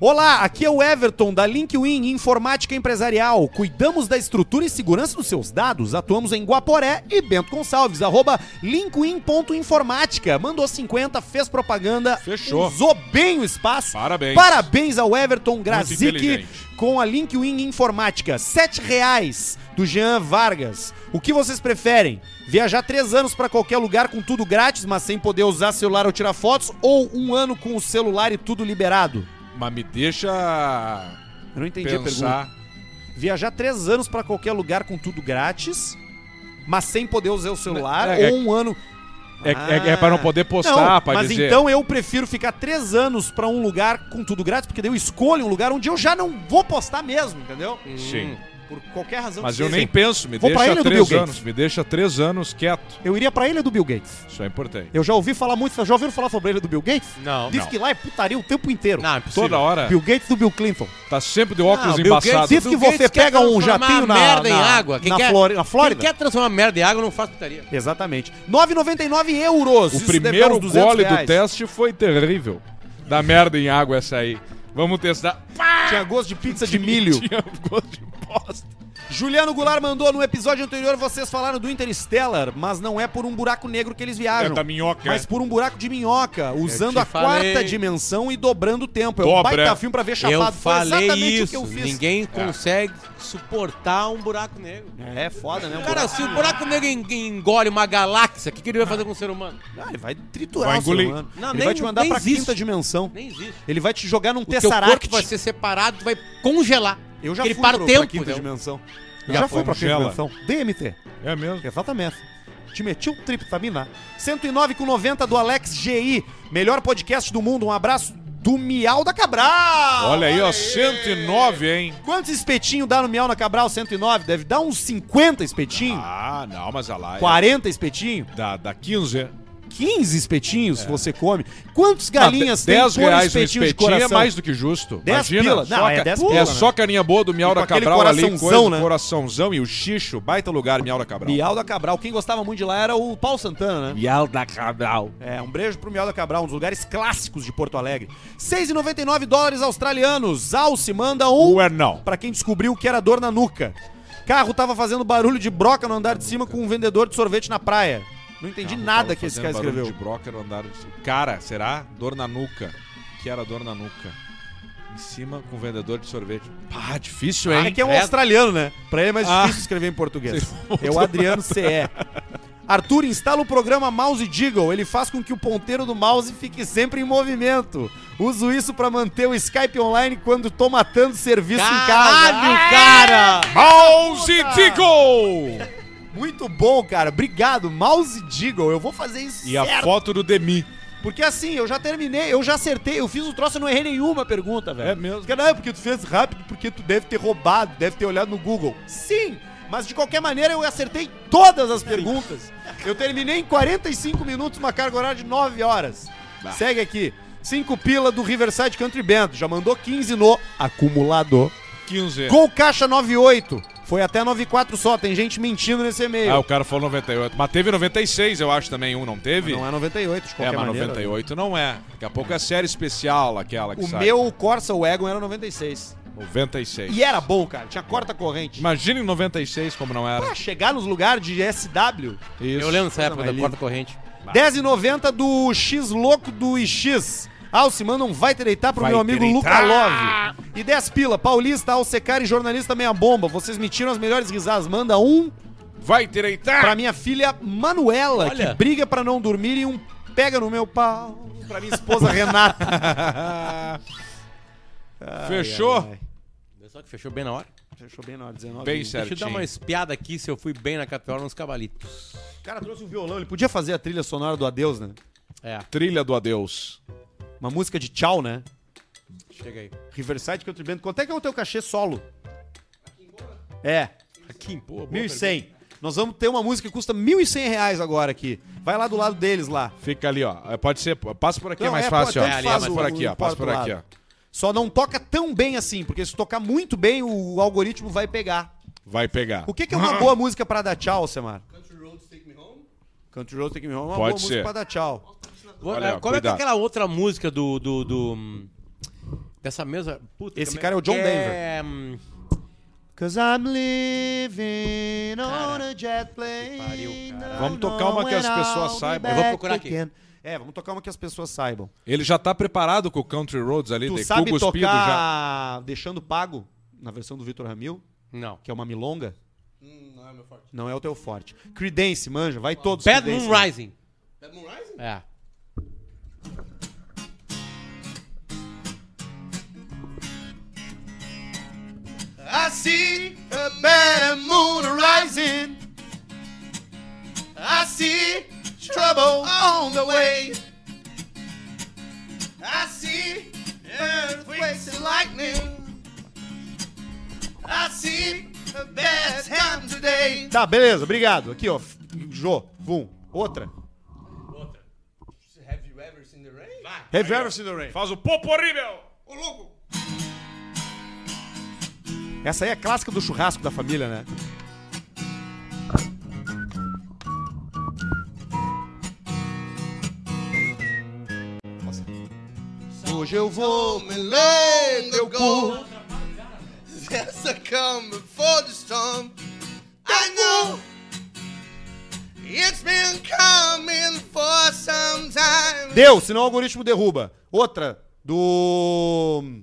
Olá, aqui é o Everton da LinkedIn Informática Empresarial. Cuidamos da estrutura e segurança dos seus dados. Atuamos em Guaporé e Bento Gonçalves, arroba linkedin.informática. Mandou 50, fez propaganda, Fechou. usou bem o espaço. Parabéns. Parabéns ao Everton Grazik inteligente. com a LinkedIn Informática. R$ 7 reais do Jean Vargas. O que vocês preferem? Viajar três anos pra qualquer lugar com tudo grátis, mas sem poder usar celular ou tirar fotos, ou um ano com o celular e tudo liberado? Mas me deixa Eu não entendi a pergunta. pensar. Viajar três anos pra qualquer lugar com tudo grátis, mas sem poder usar o celular, É, é- ou um ano. É, é, é pra não poder postar, Ah. Não, pra mas dizer. então eu prefiro ficar três anos pra um lugar com tudo grátis, porque daí eu escolho um lugar onde eu já não vou postar mesmo, entendeu? Sim. Por qualquer razão Hum. Mas que eu seja. nem penso, me Vou pra deixa ilha do Bill três Gates. anos. Me deixa três anos quieto. Eu iria pra ilha do Bill Gates. Isso é importante. Eu já ouvi falar muito, já ouviram falar sobre a ilha do Bill Gates? Não. Diz não. que lá é putaria o tempo inteiro. Não, é possível. Toda hora Bill Gates do Bill Clinton. tá sempre de óculos Ah, o Bill Gates embaçados. Diz Bill que Gates você quer pega um transformar jatinho na, merda em na- água. Quem na, quer- Flori- na Flórida. Quem quer transformar merda em água, não faz putaria. Exatamente. 9,99 euros. O Isso deve dar primeiro uns 200 gole do reais. teste foi terrível. Da merda em água essa aí. Vamos testar. Tinha gosto de pizza de milho. (laughs) Tinha gosto de bosta. Juliano Goulart mandou no episódio anterior vocês falaram do Interstellar, mas não é por um buraco negro que eles É viajam. da minhoca. mas por um buraco de minhoca, usando te a falei. quarta dimensão e dobrando o tempo. É um Dobra. baita filme pra ver chapado. eu falei exatamente isso. o que eu fiz. Ninguém consegue suportar um buraco negro. É foda, né? Um Cara, buraco- se o buraco negro en- engole uma galáxia, o que, que ele vai fazer com o ser humano? Ah, ele vai triturar Vai o ser engolir. humano. Não, ele nem- vai te mandar nem pra existe. quinta dimensão. Nem existe. Ele vai te jogar num O teu corpo tesseract. vai ser separado, tu vai congelar. Eu já Porque ele fui para pro, o tempo, então. pra quinta entendeu? dimensão. Eu Já já, foi, fui pra quinta Michela? dimensão. DMT. É mesmo. Exatamente. Te metiu triptamina. 109,90 do Alex GI. Melhor podcast do mundo. Um abraço do Miau da Cabral. Olha aí, ó, 109, hein? Quantos espetinhos dá no Miau na Cabral 109? Deve dar uns 50 espetinhos. Ah, não, mas a lá. é 40 espetinhos. Da, da 15. 15 espetinhos se você come. Quantos galinhas tem 10 por É. reais um espetinho espetinho, de é coração? mais do que justo. 10 Imagina. pila. só Não, é ca- 10 Pô, pila, É né? só carinha boa do E Miaura com aquele Cabral ali. Coisa, coraçãozão, né? Coraçãozão e o xixo, baita lugar Miaura Cabral. Miau da Cabral. Quem gostava muito de lá era o Paulo Santana, né? Miau da Cabral. É, um beijo pro Miau da Cabral, um dos lugares clássicos de Porto Alegre. 6,99 dólares australianos. Alce manda um Ué, não. pra quem descobriu que era dor na nuca. Carro tava fazendo barulho de broca no andar de cima com um vendedor de sorvete na praia. Não entendi Carro nada tava que esse fazendo cara barulho escreveu. De broker, andaram de- Cara, será? Dor na nuca. O que era dor na nuca? Em cima com o vendedor de sorvete. Pá, difícil, hein? É que é um australiano, né? Pra ele é mais Ah. difícil escrever em (laughs) português. É o Adriano CE. Arthur, instala o programa Mouse Deagle. Ele faz com que o ponteiro do mouse fique sempre em movimento. Uso isso pra manter o Skype online quando tô matando serviço em casa. Ah, é! Caralho, cara! Mouse Tico! Tá Muito bom, cara. Obrigado, Mouse Deagle. Eu vou fazer isso E a certo. foto do Demi. Porque assim, eu já terminei, eu já acertei, eu fiz o troço, eu não errei nenhuma pergunta, velho. É mesmo. Porque, não, é porque tu fez rápido, porque tu deve ter roubado, deve ter olhado no Google. Sim, mas de qualquer maneira eu acertei todas as perguntas. Eu terminei em 45 minutos, uma carga horária de 9 horas. Segue aqui. 5 pila do Riverside Country Band. Já mandou 15 no acumulador. 15. Gol Caixa 98. Foi até 94 só, tem gente mentindo nesse e-mail. Ah, o cara falou 98. Mas teve 96, eu acho também. Um não teve? Não é 98, de é, qualquer mas maneira. né? 98 não é. Daqui a pouco é a série especial aquela que O sai. meu Corsa Wagon era 96. 96. E era bom, cara. Tinha corta corrente. Imagina em 96 como não era. Pra chegar nos lugares de SW. Isso. Eu lembro dessa época mais da porta corrente. 10,90 do X Louco do IX. Alce, manda um vai treitar pro Vai meu amigo Luca tereitar. Love. E 10 pila, paulista, alsecar e jornalista meia bomba. Vocês me tiram as melhores risadas. Manda um Vai direitar! pra minha filha Manuela, Olha. que briga pra não dormir e um pega no meu pau. Pra (laughs) minha esposa Renata. (laughs) Fechou? Ai, ai. só que fechou bem na hora. Fechou bem na hora, 19. Bem Deixa eu dar certinho. uma espiada aqui se eu fui bem na capela nos cavalitos. O cara trouxe um violão, ele podia fazer a trilha sonora do Adeus, né? É, Trilha do adeus. Uma música de tchau, né? chega aí. Riverside Country Band. Quanto é que é o teu cachê solo? É, Aqui, boa, boa 1.100. Nós vamos ter uma música que custa 1.100 reais agora aqui. Vai lá do lado deles lá. Fica ali, ó. É, Pode ser. Passa por aqui, é Não, mais é, fácil, ó. pode- tanto Passa faz por o- aqui, ó. o Passa por outro aqui, ó. lado. Só não toca tão bem assim, porque se tocar muito bem, o algoritmo vai pegar. Vai pegar. O que, que é (laughs) uma boa música pra dar tchau, Semar? Country Roads Take Me Home? Country Roads Take Me Home é uma Pode boa ser. música pra dar tchau. pergunta. Vou- Olha, ah, Como é que é cuidado. aquela outra música do. do, do, hum, dessa mesma. Puta, Esse como cara é o John que Denver. hum, Cause I'm living Cara, on a jet plane. pariu, cara. Vamos tocar uma que as nowhere pessoas I'll be saibam. Eu vou é back procurar aqui. again. É, vamos tocar uma que as pessoas saibam. Ele já tá preparado com o Country Roads ali, Tu de sabe Cubo Espido já. tocar Deixando Pago, na versão do Vitor Ramil, Não. que é uma milonga? Hum, não é o teu forte. Creedence, manja, vai todos. Bad Creedence, Moon né? Rising. Bad Moon Rising? É. I see a bad moon rising. I see trouble on the way. I see earthquakes and lightning. I see a bad time today. Tá, beleza, obrigado. Aqui, ó. Jô, vum. Outra. Have you ever seen the rain? Reverse in the Rain. Faz o poporível! Ô, louco! Essa aí é clássica do churrasco da família, né? Nossa. Hoje eu vou. Home and land of gold. Yes, I come before the storm. I know it's been coming for some time. Deu, senão o algoritmo derruba. Outra, do. hum,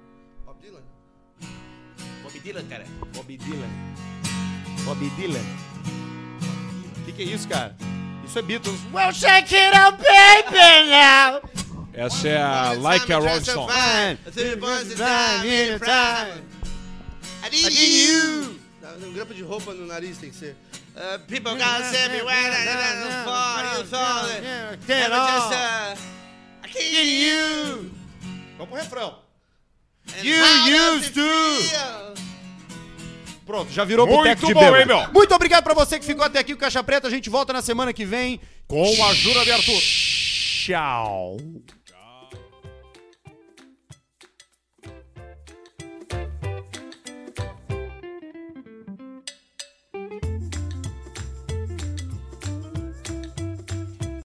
Bob Dylan. Bob Dylan, cara. Bob Dylan. Bob Dylan. O que, que é isso, cara? Isso é Beatles. Well, shake it up, baby, now. Essa é a Like a Rolling Stone. I think it was the time, in the time. I need you. Um grampo de roupa no nariz tem que ser. Ah, Uh, people got everywhere I didn't fall, you thought it. Never just, uh, I can't get you. Vamos pro refrão. And You how does used it to. feel? Pronto, já virou Muito boteco de bom, bêbado. hein, meu? Muito obrigado pra você que ficou até aqui. O Caixa Preta, a gente volta na semana que vem. Com a ajuda de Arthur. Tchau.